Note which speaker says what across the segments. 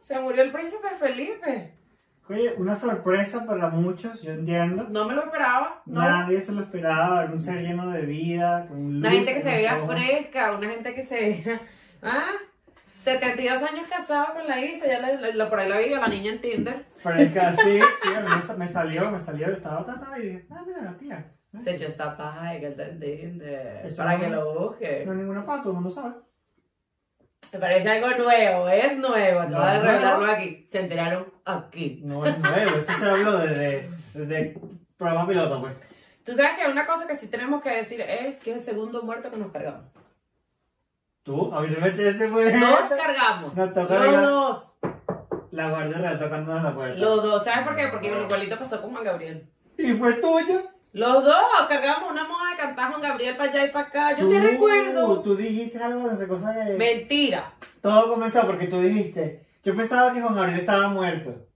Speaker 1: Se murió el príncipe Felipe.
Speaker 2: Oye, una sorpresa para muchos, yo entiendo.
Speaker 1: No me lo esperaba. No.
Speaker 2: Nadie se lo esperaba, era un ser lleno de vida, con luz.
Speaker 1: Una gente que
Speaker 2: en
Speaker 1: se
Speaker 2: los
Speaker 1: veía
Speaker 2: ojos.
Speaker 1: fresca, una gente que se veía. ¿Ah? 72 años casado con la Isa, ya la, la- la- por ahí la vi a la niña en Tinder.
Speaker 2: Fresca, sí, sí, a mí me, me salió, me salió, yo estaba tata y dije, ah, mira la tía.
Speaker 1: Se echó esa paja de que está en Tinder.
Speaker 2: Eso
Speaker 1: para
Speaker 2: no-
Speaker 1: que lo busque.
Speaker 2: No, ninguna pata, todo el mundo sabe.
Speaker 1: Me parece algo nuevo, es nuevo. Acaba
Speaker 2: No,
Speaker 1: de
Speaker 2: no.
Speaker 1: revelarlo aquí. Se enteraron aquí.
Speaker 2: No es nuevo, eso se habló desde, desde programa piloto, pues.
Speaker 1: Tú sabes que una cosa que sí tenemos que decir es que es el segundo muerto que nos cargamos.
Speaker 2: Tú, a mí no me echaste, pues.
Speaker 1: Nos cargamos.
Speaker 2: Nos tocó
Speaker 1: los
Speaker 2: la-
Speaker 1: dos.
Speaker 2: La guardia tocándonos la puerta.
Speaker 1: Los dos. ¿Sabes por qué? Porque igualito pasó con Juan Gabriel.
Speaker 2: Y fue tuya.
Speaker 1: Los dos cargamos una moja de cantar Juan Gabriel para allá y para acá. Yo te
Speaker 2: Tú-
Speaker 1: recuerdo.
Speaker 2: Tú dijiste algo de no sé cosa de.
Speaker 1: Mentira.
Speaker 2: Todo comenzó porque tú dijiste. Yo pensaba que Juan Gabriel estaba muerto.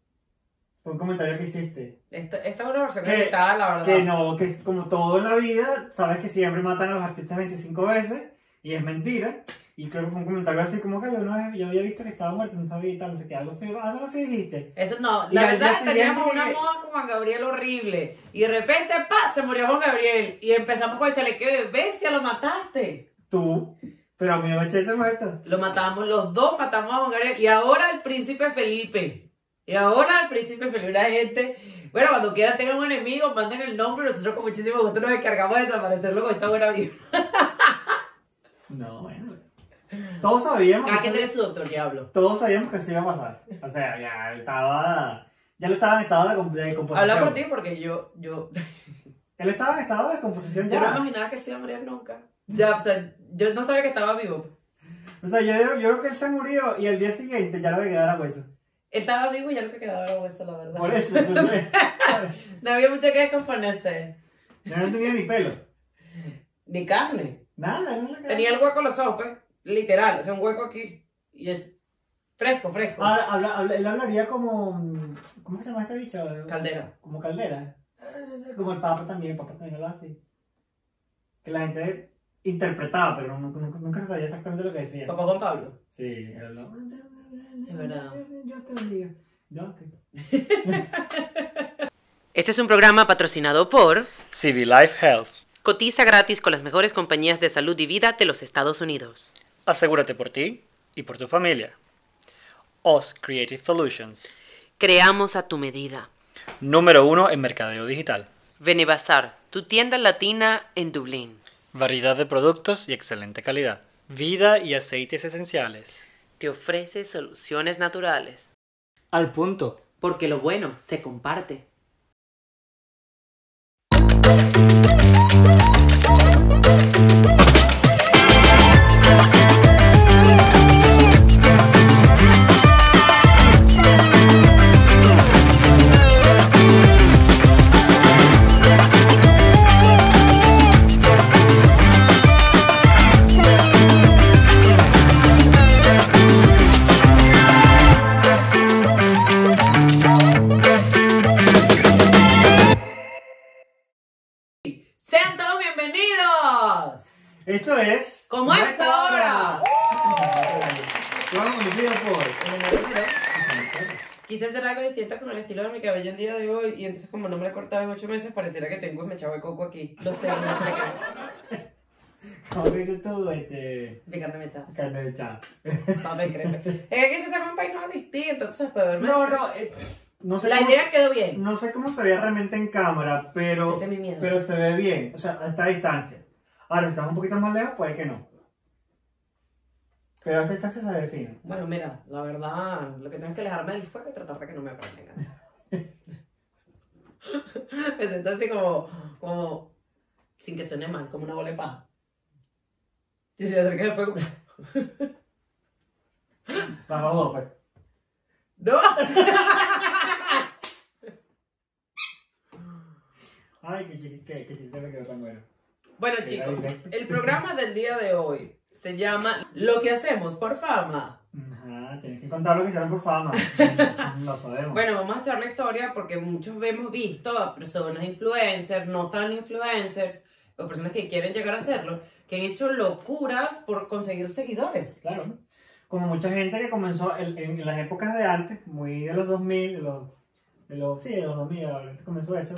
Speaker 2: Fue un comentario que hiciste.
Speaker 1: Esto- esta es una versión
Speaker 2: Que-
Speaker 1: editada, la verdad.
Speaker 2: Que no, que es como todo en la vida, sabes que siempre matan a los artistas 25 veces. Y es mentira. Y creo que fue un comentario así como que yo, no, yo había visto que estaba muerto, no sabía y tal, no sé qué, algo feo. Algo así dijiste.
Speaker 1: Eso no,
Speaker 2: Y
Speaker 1: la
Speaker 2: al
Speaker 1: verdad
Speaker 2: día
Speaker 1: teníamos una
Speaker 2: siguiente-
Speaker 1: moda con Juan Gabriel horrible. Y de repente, pa, se murió Juan Gabriel. Y empezamos con el chalequeo de Bercia, lo mataste.
Speaker 2: Tú. Pero a mí no me echaste muerto.
Speaker 1: Lo matamos los dos, matamos a Juan Gabriel. Y ahora el príncipe Felipe. Y ahora el príncipe Felipe, la gente. Bueno, cuando quieran tengan un enemigo, manden el nombre. Nosotros con muchísimo gusto nos encargamos de desaparecerlo con esta buena vida.
Speaker 2: No, bueno. Todos sabíamos.
Speaker 1: Cada
Speaker 2: que
Speaker 1: quien
Speaker 2: eso-
Speaker 1: tiene su doctor diablo.
Speaker 2: todos sabíamos que eso iba a pasar. O sea, ya él estaba. Ya él estaba en estado de, com- de descomposición.
Speaker 1: Habla por ti porque yo, yo,
Speaker 2: Él estaba en estado de descomposición
Speaker 1: yo no
Speaker 2: ya.
Speaker 1: imaginaba que él se iba a morir nunca. Ya, o sea, yo no sabía que estaba vivo.
Speaker 2: O sea, yo, yo creo que él se murió y al día siguiente ya lo que quedara hueso.
Speaker 1: Él estaba vivo y ya lo que quedaba era hueso, la verdad.
Speaker 2: Por eso, entonces.
Speaker 1: No había mucho que descomponerse.
Speaker 2: Yo no tenía ni pelo.
Speaker 1: Ni carne.
Speaker 2: Nada, no le quedaba.
Speaker 1: Tenía el hueco en los ojos, pues. Literal. O sea, un hueco aquí. Y es fresco, fresco.
Speaker 2: Ahora, habla- habla- él hablaría como. ¿Cómo se llama este bicho?
Speaker 1: Caldera.
Speaker 2: Como caldera. Como el Papa también, el Papa también hablaba así. Que la gente interpretaba, pero nunca, nunca- nunca se sabía exactamente lo que decía.
Speaker 1: Papá Juan Pablo.
Speaker 2: Sí, era lo.
Speaker 1: Es verdad.
Speaker 2: Yo te bendiga. Yo, ok.
Speaker 3: Este es un programa patrocinado por
Speaker 4: CV Life Health.
Speaker 3: Cotiza gratis con las mejores compañías de salud y vida de los Estados Unidos.
Speaker 4: Asegúrate por ti y por tu familia. OS Creative Solutions.
Speaker 3: Creamos a tu medida.
Speaker 4: Número uno en mercadeo digital.
Speaker 3: Benebazar, tu tienda latina en Dublín.
Speaker 4: Variedad de productos y excelente calidad. Vida y aceites esenciales.
Speaker 3: Te ofrece soluciones naturales.
Speaker 4: Al punto.
Speaker 3: Porque lo bueno se comparte.
Speaker 1: Sean todos bienvenidos.
Speaker 2: Esto es.
Speaker 1: Como a esta hora.
Speaker 2: Programa conducido por.
Speaker 1: En el número, quise hacer algo distinto con el estilo de mi cabello en día de hoy. Y entonces, como no me lo he cortado en ocho meses, pareciera que tengo un mechado de coco aquí. Lo sé, no sé qué.
Speaker 2: ¿Cómo que dices tú, este.
Speaker 1: De carne mechada.
Speaker 2: carne de chá?
Speaker 1: Papel crepe. Es que quise hacer un peinado distinto. Entonces, para verme.
Speaker 2: No, no. eh, no sé
Speaker 1: La
Speaker 2: cómo,
Speaker 1: idea quedó bien.
Speaker 2: No sé cómo se ve realmente en cámara, pero.
Speaker 1: Ese es mi miedo.
Speaker 2: Pero se ve bien. O sea, a esta distancia. Ahora, si estás un poquito más lejos, puede que no. Pero a esta distancia se ve fino.
Speaker 1: Bueno, mira, la verdad, lo que tengo es que alejarme del fuego y tratar de que no me aprendan. me siento así como, como, sin que suene mal, como una bola de paja. Y si me acercas al fuego,
Speaker 2: Va, va, va, pues.
Speaker 1: ¡no!
Speaker 2: Ay, qué chiquito, qué, qué chiquito me quedó tan bueno.
Speaker 1: Bueno,
Speaker 2: Qué
Speaker 1: chicos,
Speaker 2: grave.
Speaker 1: el programa del día de hoy se llama Lo que hacemos por fama.
Speaker 2: Ajá, tienes que contar lo que hicieron por fama. lo sabemos.
Speaker 1: Bueno, vamos a echar la historia porque muchos hemos visto a personas influencers, no tan influencers, o personas que quieren llegar a serlo, que han hecho locuras por conseguir seguidores.
Speaker 2: Claro. como mucha gente que comenzó en, en las épocas de antes, muy de los 2000, de los, de los sí, de los 2000, ahora que comenzó eso,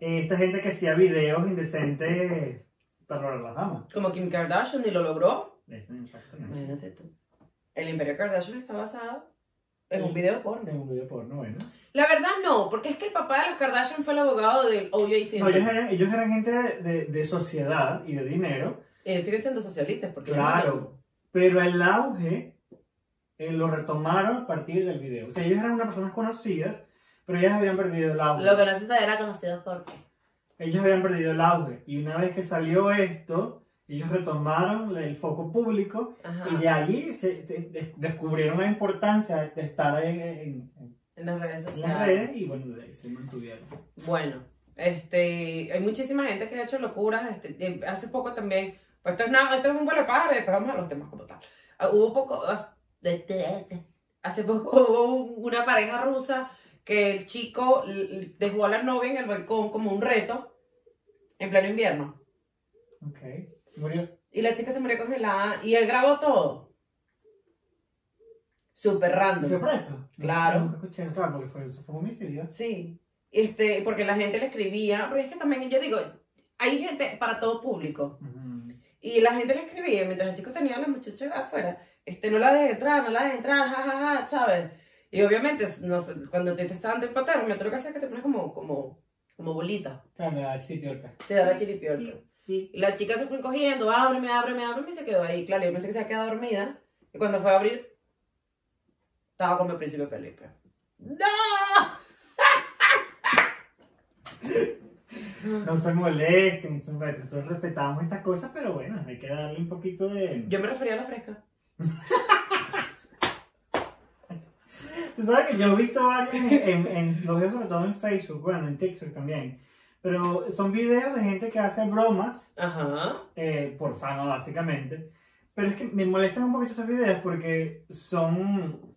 Speaker 2: eh, esta gente que hacía videos indecentes para lograr las damas.
Speaker 1: Como Kim Kardashian y lo logró.
Speaker 2: Eso, Exactamente.
Speaker 1: Imagínate tú. El imperio Kardashian está basado en
Speaker 2: Mm.
Speaker 1: un video porno.
Speaker 2: En un video porno, bueno.
Speaker 1: La verdad no, porque es que el papá de los Kardashian fue el abogado del O.J.
Speaker 2: No, ellos,
Speaker 1: Simpson.
Speaker 2: eran, ellos eran gente de, de- de sociedad y de dinero,
Speaker 1: Ellos siguen siendo socialistas porque no matan.
Speaker 2: claro, pero el auge eh, lo retomaron a partir del video. O sea, ellos eran unas personas conocidas, pero ellas habían perdido el auge.
Speaker 1: Lo que no se sabía era conocido por
Speaker 2: Ellos habían perdido el auge. Y una vez que salió esto, ellos retomaron la- el foco público
Speaker 1: Ajá.
Speaker 2: y de allí se, de- de- descubrieron la importancia de estar en, en- en
Speaker 1: En las redes sociales.
Speaker 2: las redes y bueno, de ahí se mantuvieron.
Speaker 1: Bueno, este, hay muchísima gente que ha hecho locuras. Este, eh, hace poco también, pues esto es, nada, esto es un vuelo padre, después vamos a los temas como tal. Ah, hubo poco, as- de- de- de- hace poco hubo un- una pareja rusa que el chico l- l- dejó a la novia en el balcón como un reto en pleno invierno.
Speaker 2: Ok. Murió.
Speaker 1: Y la chica se murió congelada y él grabó todo. Súper
Speaker 2: ¿Y ¿Fue
Speaker 1: random.
Speaker 2: preso?
Speaker 1: Claro.
Speaker 2: Nunca escuché, claro, porque fue, eso fue un homicidio.
Speaker 1: Sí, este, porque la gente le escribía, pero es que también yo digo, hay gente para todo público. Y la gente le escribía, mientras el chico tenía a la muchacha afuera, este, no la dejes entrar, no la dejes entrar, jajaja, ¿sabes? Y obviamente, no sé, cuando te, te está dando el paterno, tú lo que haces es que te pones como, como, como bolita,
Speaker 2: Claro, la archipiorca.
Speaker 1: te da la chiripiorca.
Speaker 2: Y
Speaker 1: Y la chica se fue encogiendo, ábreme, ábreme, ábreme, y se quedó ahí, claro, yo pensé que se había quedado dormida, y cuando fue a abrir, estaba con el príncipe Felipe. ¡No!
Speaker 2: no se molesten, son- nosotros respetamos estas cosas, pero bueno, hay que darle un poquito de...
Speaker 1: Yo me refería a la fresca.
Speaker 2: Tú sabes que yo he visto varios, en, en- los veo sobre todo en Facebook, bueno, en TikTok también, pero son videos de gente que hace bromas
Speaker 1: Ajá.
Speaker 2: eh, por fama básicamente, pero es que me molestan un poquito estos videos porque son,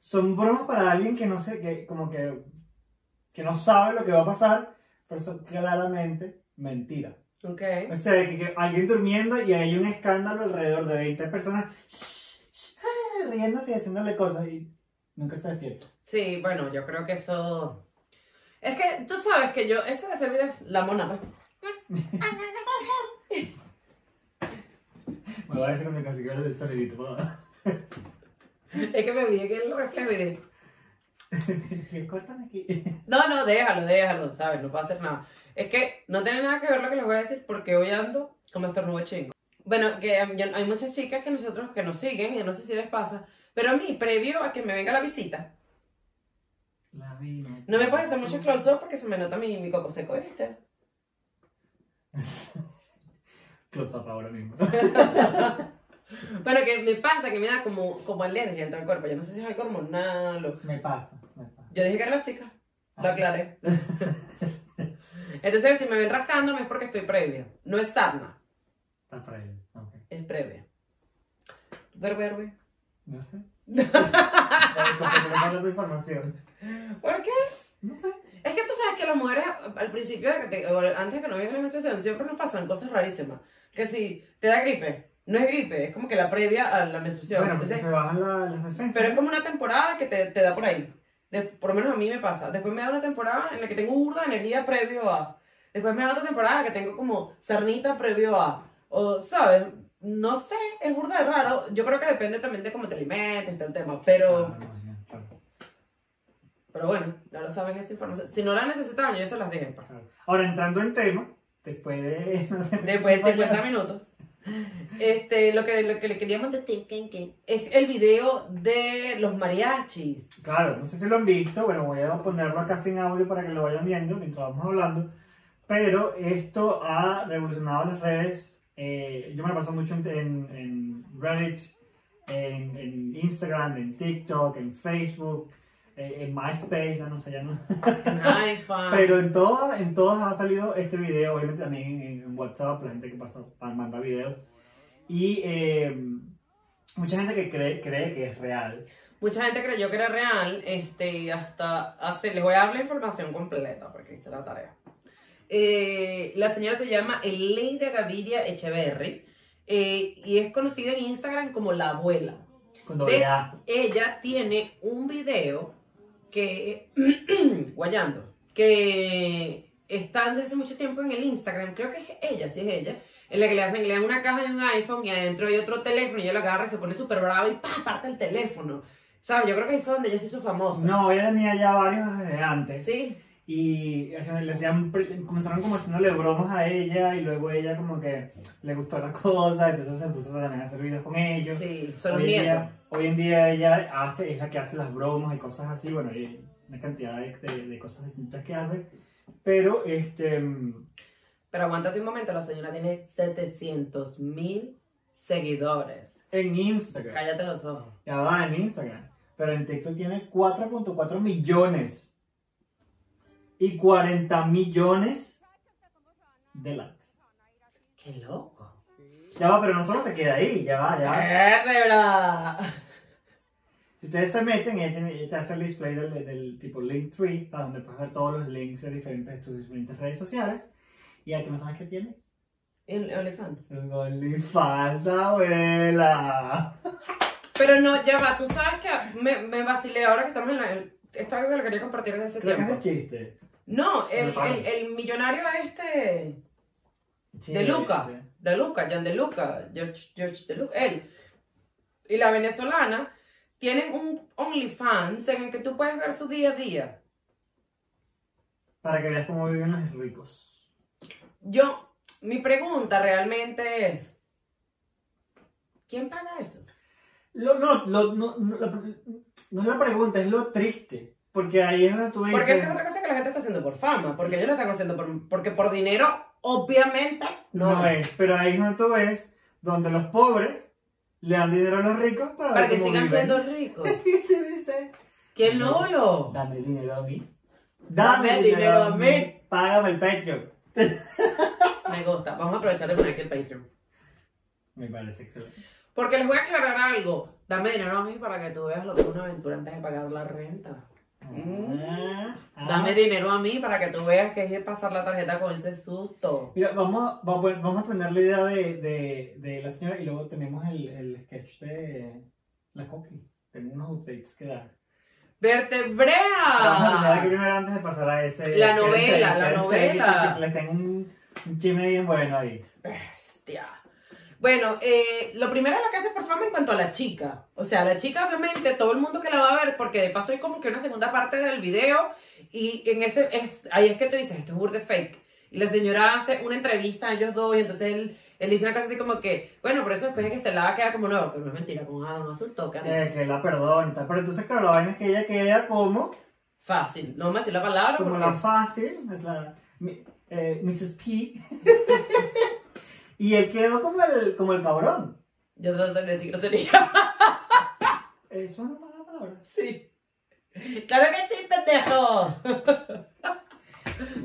Speaker 2: son bromas para alguien que no sé, que como que, que no sabe lo que va a pasar, pero son claramente mentiras.
Speaker 1: Ok.
Speaker 2: O sea, que, que alguien durmiendo y hay un escándalo alrededor de 20 personas shh, shh, ah, riéndose y haciéndole cosas y nunca se despierta.
Speaker 1: Sí, bueno, yo creo que eso. Es que tú sabes que yo, esa de hacer videos, la mona, pues.
Speaker 2: Me va a decir que me consiguió el sonidito. papá.
Speaker 1: Es que me vi en el reflejo y dije,
Speaker 2: Que Córtame aquí.
Speaker 1: no, no, déjalo, déjalo, ¿sabes? No va a hacer nada. Es que no tiene nada que ver lo que les voy a decir porque hoy ando como estornudo chingo. Bueno, que um, yo- hay muchas chicas que nosotros que nos siguen, y no sé si les pasa, pero a mí, previo a que me venga la visita,
Speaker 2: La vida.
Speaker 1: no me puedes hacer muchos close-up porque se me nota mi, mi coco seco, ¿viste?
Speaker 2: Close up ahora mismo.
Speaker 1: Bueno, que me pasa que me da como, como alergia en todo el cuerpo. Yo no sé si es algo hormonal o.
Speaker 2: me pasa, me pasa.
Speaker 1: Yo dije que eran las chicas. Lo aclaré. Entonces, si me ven rascándome es porque estoy previa. No es sarna,
Speaker 2: Está por ahí. ok.
Speaker 1: es previa. Ver, ver, ver.
Speaker 2: No sé. Completamente tu información.
Speaker 1: ¿Por qué?
Speaker 2: No sé.
Speaker 1: Es que tú sabes que las mujeres al principio, de que te- o antes de que no venga la menstruación, siempre nos pasan cosas rarísimas. Que si te da gripe, no es gripe, es como que la previa a la menstruación.
Speaker 2: Bueno, porque
Speaker 1: Entonces,
Speaker 2: se bajan la- las defensas.
Speaker 1: pero es como una temporada que te, te da por ahí. De- por lo menos a mí me pasa. Después me da una temporada en la que tengo urda de energía previo a. Después me da otra temporada en la que tengo como sarnita previo a. O, ¿sabes? No sé, es burda de raro. Yo creo que depende también de cómo te alimentes, todo el tema. Pero,
Speaker 2: Ah, no, no, claro,
Speaker 1: pero bueno, ya lo saben esta información. Si no la necesitaban, yo se las dije. pues.
Speaker 2: claro. Ahora, entrando en tema, después de... No sé,
Speaker 1: Después de 50 minutos. Este, lo que, lo que le queríamos decir es el video de los mariachis.
Speaker 2: Claro, no sé si lo han visto, bueno, voy a ponerlo acá sin audio para que lo vayan viendo mientras vamos hablando, pero esto ha revolucionado las redes, eh, yo me lo paso mucho en, en- en Reddit, en, en Instagram, en TikTok, en Facebook, eh, en MySpace, ah, no sé, ya no,
Speaker 1: Ay, fan.
Speaker 2: pero en todas, en todas ha salido este video, obviamente también en, en WhatsApp, la gente que pasa, pa- manda videos, y eh, mucha gente que cree, cree que es real.
Speaker 1: Mucha gente creyó que era real, este, hasta hace, les voy a dar la información completa porque hice la tarea. Eh, la señora se llama Elena Gaviria Echeverry eh, y es conocida en Instagram como la abuela.
Speaker 2: Con doble
Speaker 1: de-
Speaker 2: A.
Speaker 1: ella tiene un video que, guayando, que está desde hace mucho tiempo en el Instagram, creo que es ella, sí es ella, en la que le hacen, le dan una caja de un iPhone y adentro hay otro teléfono y ella lo agarra, se pone súper brava y pa, parte el teléfono. ¿Sabes? Yo creo que ahí fue donde ella se hizo famosa.
Speaker 2: No, ella tenía ya varios desde antes.
Speaker 1: Sí,
Speaker 2: Y o sea, le hacían, pre- comenzaron como haciéndole bromas a ella y luego ella como que le gustó la cosa, entonces se puso también a hacer videos con ellos.
Speaker 1: sí,
Speaker 2: hoy, en
Speaker 1: sonriendo.
Speaker 2: día, hoy en día ella hace, es la que hace las bromas y cosas así, bueno, y una cantidad de, de- de cosas distintas que hace. Pero este,
Speaker 1: Pero aguántate un momento, la señora tiene 700 mil seguidores.
Speaker 2: en Instagram,
Speaker 1: Cállate los ojos.
Speaker 2: ya va en Instagram, pero en TikTok tiene 4.4 millones y 40 millones de likes.
Speaker 1: Qué loco.
Speaker 2: Ya va, pero no solo se queda ahí, ya va, ya va.
Speaker 1: ¡Vértebra!
Speaker 2: Si ustedes se meten, ella, tiene, ella te hace el display del, del tipo Linktree, ¿sabes? donde puedes ver todos los links de diferentes, tus diferentes redes sociales. ¿Y a qué mensaje que tiene?
Speaker 1: El OnlyFans.
Speaker 2: Un OnlyFans, abuela.
Speaker 1: Pero no, ya va, tú sabes que me, me vacilé ahora que estamos en la. en- Esto es algo que lo quería compartir desde hace
Speaker 2: Creo que es de
Speaker 1: tiempo.
Speaker 2: chiste.
Speaker 1: No, el,
Speaker 2: Me pagan.
Speaker 1: el, el millonario este.
Speaker 2: Sí,
Speaker 1: de Luca.
Speaker 2: de-
Speaker 1: De Luca, Jan de Luca. George, George de Luca. Él. Y la venezolana tienen un OnlyFans en el que tú puedes ver su día a día.
Speaker 2: Para que veas cómo viven los ricos.
Speaker 1: Yo, mi pregunta realmente es. ¿Quién paga eso?
Speaker 2: Lo- no, lo- no, no, la- no es la pregunta, es lo triste. Porque ahí es donde tú dices...
Speaker 1: Porque esta es otra cosa que la gente está haciendo por fama, porque ellos lo están haciendo por, porque por dinero, obviamente, no,
Speaker 2: No, es, pero ahí es donde tú ves donde los pobres le dan dinero a los ricos para,
Speaker 1: Para
Speaker 2: ver
Speaker 1: que
Speaker 2: cómo
Speaker 1: sigan
Speaker 2: viven.
Speaker 1: siendo ricos.
Speaker 2: Y se dice,
Speaker 1: ¡Qué lolo!
Speaker 2: dame dinero a mí.
Speaker 1: Dame dinero a mí.
Speaker 2: Págame el Patreon.
Speaker 1: Me gusta. Vamos a aprovechar de poner aquí el Patreon.
Speaker 2: Me parece excelente.
Speaker 1: Porque les voy a aclarar algo. Dame dinero a mí para que tú veas lo que es una aventura antes de pagar la renta.
Speaker 2: Ah, ah.
Speaker 1: Mm. Dame dinero a mí para que tú veas que es ir pasar la tarjeta con ese susto.
Speaker 2: Mira, vamos a, va- bueno, vamos a poner la idea de, de, de la señora y luego tenemos el, el sketch de la Coqui. Tengo unos updates que dar. Vamos a terminar
Speaker 1: ¡Vertebrea!
Speaker 2: aquí primero antes de pasar a ese.
Speaker 1: Ah. La
Speaker 2: quédense ahí,
Speaker 1: novela, la
Speaker 2: quédense ahí,
Speaker 1: novela.
Speaker 2: Que, que les tengo un, un chisme bien bueno ahí.
Speaker 1: Bestia. Bueno, eh, lo primero es lo que hace por fama en cuanto a la chica. O sea, la chica, obviamente, todo el mundo que la va a ver, porque de paso hay como que una segunda parte del video, y en ese es, ahí es que tú dices, esto es burde fake. Y la señora hace una entrevista a ellos dos, y entonces él, él dice una cosa así como que, bueno, por eso después de que se lava queda como nuevo, que no es mentira, con Adam Azul toca.
Speaker 2: Eh, que la perdón y tal. Pero entonces, claro, la vaina es que ella queda como,
Speaker 1: Fácil, no me decir la palabra
Speaker 2: como
Speaker 1: porque
Speaker 2: la fácil, es la mi- eh, Mrs. P. y él quedó como el, como el cabrón.
Speaker 1: yo trato de decir grosería.
Speaker 2: Eso no es una mala palabra.
Speaker 1: sí. Claro que sí, pendejo.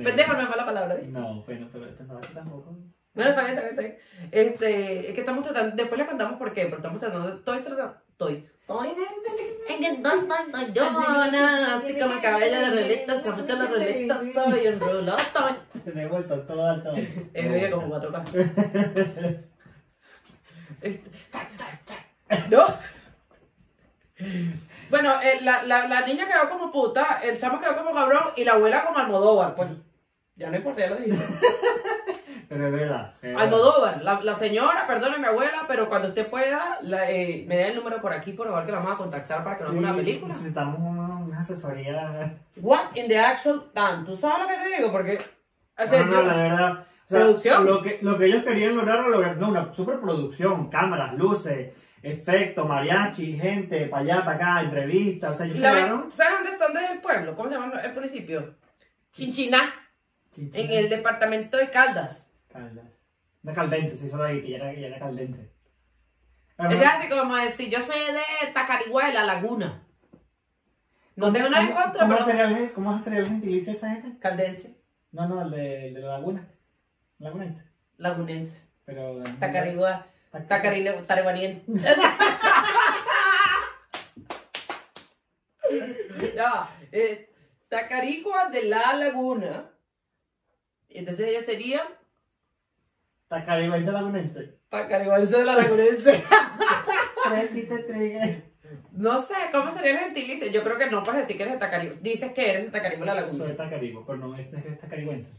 Speaker 1: Pendejo no es mala palabra, ¿viste?
Speaker 2: No, bueno, pero pensaba que tampoco.
Speaker 1: Bueno, está bien, está bien, está bien. Este, es que estamos tratando, después les contamos por qué, pero estamos tratando, estoy tratando, estoy. Estoy, es que estoy, estoy, estoy llorona, así como el cabello de relita, se mucho los relitos, soy un rulo, soy.
Speaker 2: Se me he vuelto todo alto.
Speaker 1: He bebido como cuatro cajas. Este, ¿No? Bueno, eh, la, la, la niña quedó como puta, el chamo quedó como cabrón y la abuela como Almodóvar, pues. Ya no importa, ya lo dije.
Speaker 2: Pero es verdad. es verdad.
Speaker 1: Almodóvar, la, la señora, perdone mi abuela, pero cuando usted pueda, la, eh, me da el número por aquí, por favor, que la vamos a contactar para que nos haga una
Speaker 2: Sí,
Speaker 1: película.
Speaker 2: Necesitamos una, una asesoría.
Speaker 1: What in the actual time? ¿Tú sabes lo que te digo? Porque, o sea,
Speaker 2: no, no,
Speaker 1: yo-
Speaker 2: Ah, la verdad. O sea,
Speaker 1: ¿Producción?
Speaker 2: Lo que, lo que ellos querían lograr, lo lograron. No, una superproducción, cámaras, luces, efectos, mariachi, gente, para allá, para acá, entrevistas. O sea, ellos
Speaker 1: la-
Speaker 2: lograron.
Speaker 1: ¿sabes dónde son desde el pueblo? ¿Cómo se llama el municipio? Chinchiná, en el departamento de Caldas.
Speaker 2: Caldas. Una caldense, se hizo ahí, que ya era, ya era caldense.
Speaker 1: Es así como decir, yo soy de Tacarigua de la Laguna. No tengo nada en
Speaker 2: ¿Cómo-
Speaker 1: contra,
Speaker 2: ¿Cómo
Speaker 1: pero
Speaker 2: sería el, cómo sería el gentilicio de esa gente?
Speaker 1: caldense,
Speaker 2: No, no, el de, el de la laguna. Lagunense.
Speaker 1: lagunense,
Speaker 2: Pero.
Speaker 1: Tacarigua,
Speaker 2: Taca-
Speaker 1: Tacarine, Tariguaniense. ya va. eh, Tacarigua de la Laguna. Entonces ella sería
Speaker 2: Tacarigüense lagunense.
Speaker 1: Tacariguense de la Lagunense.
Speaker 2: Tres, ti, te, trigue.
Speaker 1: No sé, ¿cómo sería el gentilicio? Yo creo que no puedes decir que eres de Tacaribo. Dices que eres de Tacaribo la laguna.
Speaker 2: Soy tacaribo, pero no, este es tacaribense.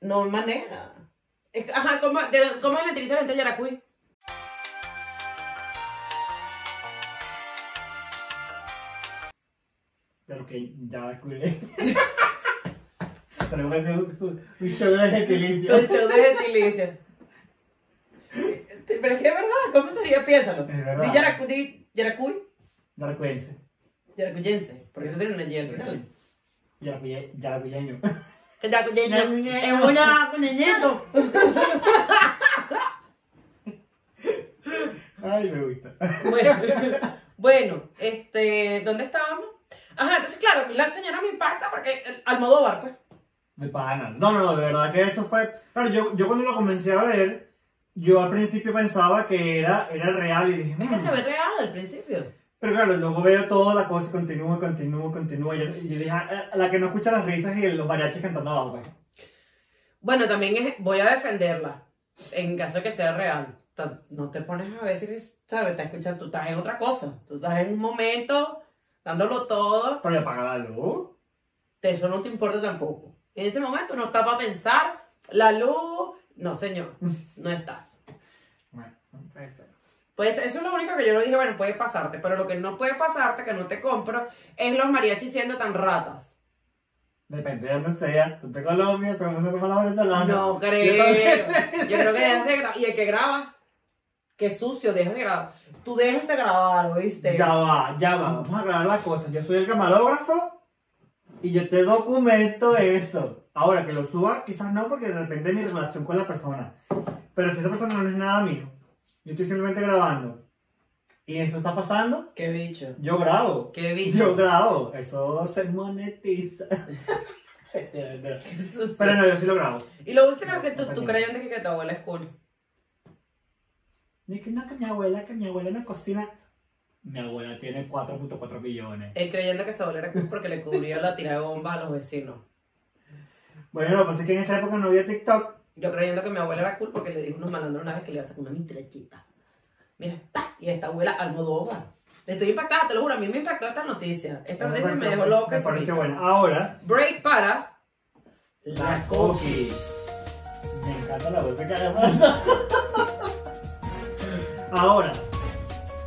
Speaker 1: No hay manera. Es que, Ajá, ¿cómo, de- ¿cómo es el gentilicio de la gente de Yaracuy?
Speaker 2: Pero que ya culé. Pero voy a hacer un, un show de gentilicio.
Speaker 1: El show de gentilicio. Pero es que es verdad, ¿cómo sería? Piénsalo.
Speaker 2: Es verdad.
Speaker 1: Di Yaracu- di Yaracuy,
Speaker 2: Darcuense.
Speaker 1: Yaracuyense, porque eso tiene una Y al final.
Speaker 2: Yaracuye- Yaracuyeño.
Speaker 1: Yaracuyeño.
Speaker 2: Yaracuyeño.
Speaker 1: Es un yaracuyeñito.
Speaker 2: Ay, me gusta.
Speaker 1: Bueno, bueno, este, ¿dónde estábamos? Ajá, entonces claro, a mí la señora me impacta porque el- Almodóvar, pues.
Speaker 2: De pana. No, no, no, de verdad que eso fue. Claro, yo, yo cuando lo comencé a ver, yo al principio pensaba que era, era real y dije,
Speaker 1: Es que
Speaker 2: "Mm".
Speaker 1: se ve real al principio.
Speaker 2: Pero claro, luego veo toda la cosa y continúa, continúa, continúa. Y yo, y yo dije, "Ah, ah, la que no escucha las risas y los mariachis cantando abajo, pues". güey.
Speaker 1: Bueno, también es- voy a defenderla en caso de que sea real. Ta- No te pones a veces, ¿sabes? Te escuchas, tú estás en otra cosa. Tú estás en un momento dándolo todo.
Speaker 2: Pero apaga la luz.
Speaker 1: te- Eso no te importa tampoco. En ese momento no está para pensar la luz. No, señor, no estás.
Speaker 2: Bueno, eso.
Speaker 1: Pues eso es lo único que yo le dije, bueno, puede pasarte, pero lo que no puede pasarte, que no te compro, es los mariachis siendo tan ratas.
Speaker 2: Depende de dónde sea. Tú te Colombia, se conoce como los venezolanos.
Speaker 1: No creo.
Speaker 2: Yo también.
Speaker 1: Yo creo que dejas de grabar. Y el que graba, que sucio, dejas de grabar. Tú dejas de grabar, ¿oíste?
Speaker 2: Ya va, ya va. Vamos a aclarar las cosas. Yo soy el camarógrafo y yo te documento eso. Ahora, que lo suba, quizás no, porque depende de mi relación con la persona. Pero si esa persona no es nada mío, yo estoy simplemente grabando y eso está pasando,
Speaker 1: Qué bicho.
Speaker 2: yo grabo.
Speaker 1: Qué
Speaker 2: Yo
Speaker 1: bicho.
Speaker 2: grabo. Eso se monetiza. Pero
Speaker 1: Qué sucio.
Speaker 2: no, yo sí lo grabo.
Speaker 1: Y lo último es que tú,
Speaker 2: No,
Speaker 1: tú
Speaker 2: no.
Speaker 1: creyendo que, que tu abuela es cool.
Speaker 2: Ni que no, que mi abuela, que mi abuela no cocina. Mi abuela tiene 4.4 millones.
Speaker 1: Él creyendo que su abuela era cool porque le cubrió la tira de bombas a los vecinos.
Speaker 2: Bueno, lo que pasa es que en esa época no había TikTok.
Speaker 1: Yo creyendo que mi abuela era cool porque le dijo unos malandros una vez que le iba a sacar una mitrechita. Mira, pa, y esta abuela Almodóvar. Estoy impactada, te lo juro, a mí me impactó esta noticia. Esta
Speaker 2: Me
Speaker 1: noticia me
Speaker 2: pareció
Speaker 1: dejó
Speaker 2: buena,
Speaker 1: loca.
Speaker 2: Me
Speaker 1: ese
Speaker 2: pareció
Speaker 1: bicho.
Speaker 2: buena. Ahora,
Speaker 1: Break para
Speaker 2: la coqui. Me encanta la voz de Caramanda. Ahora,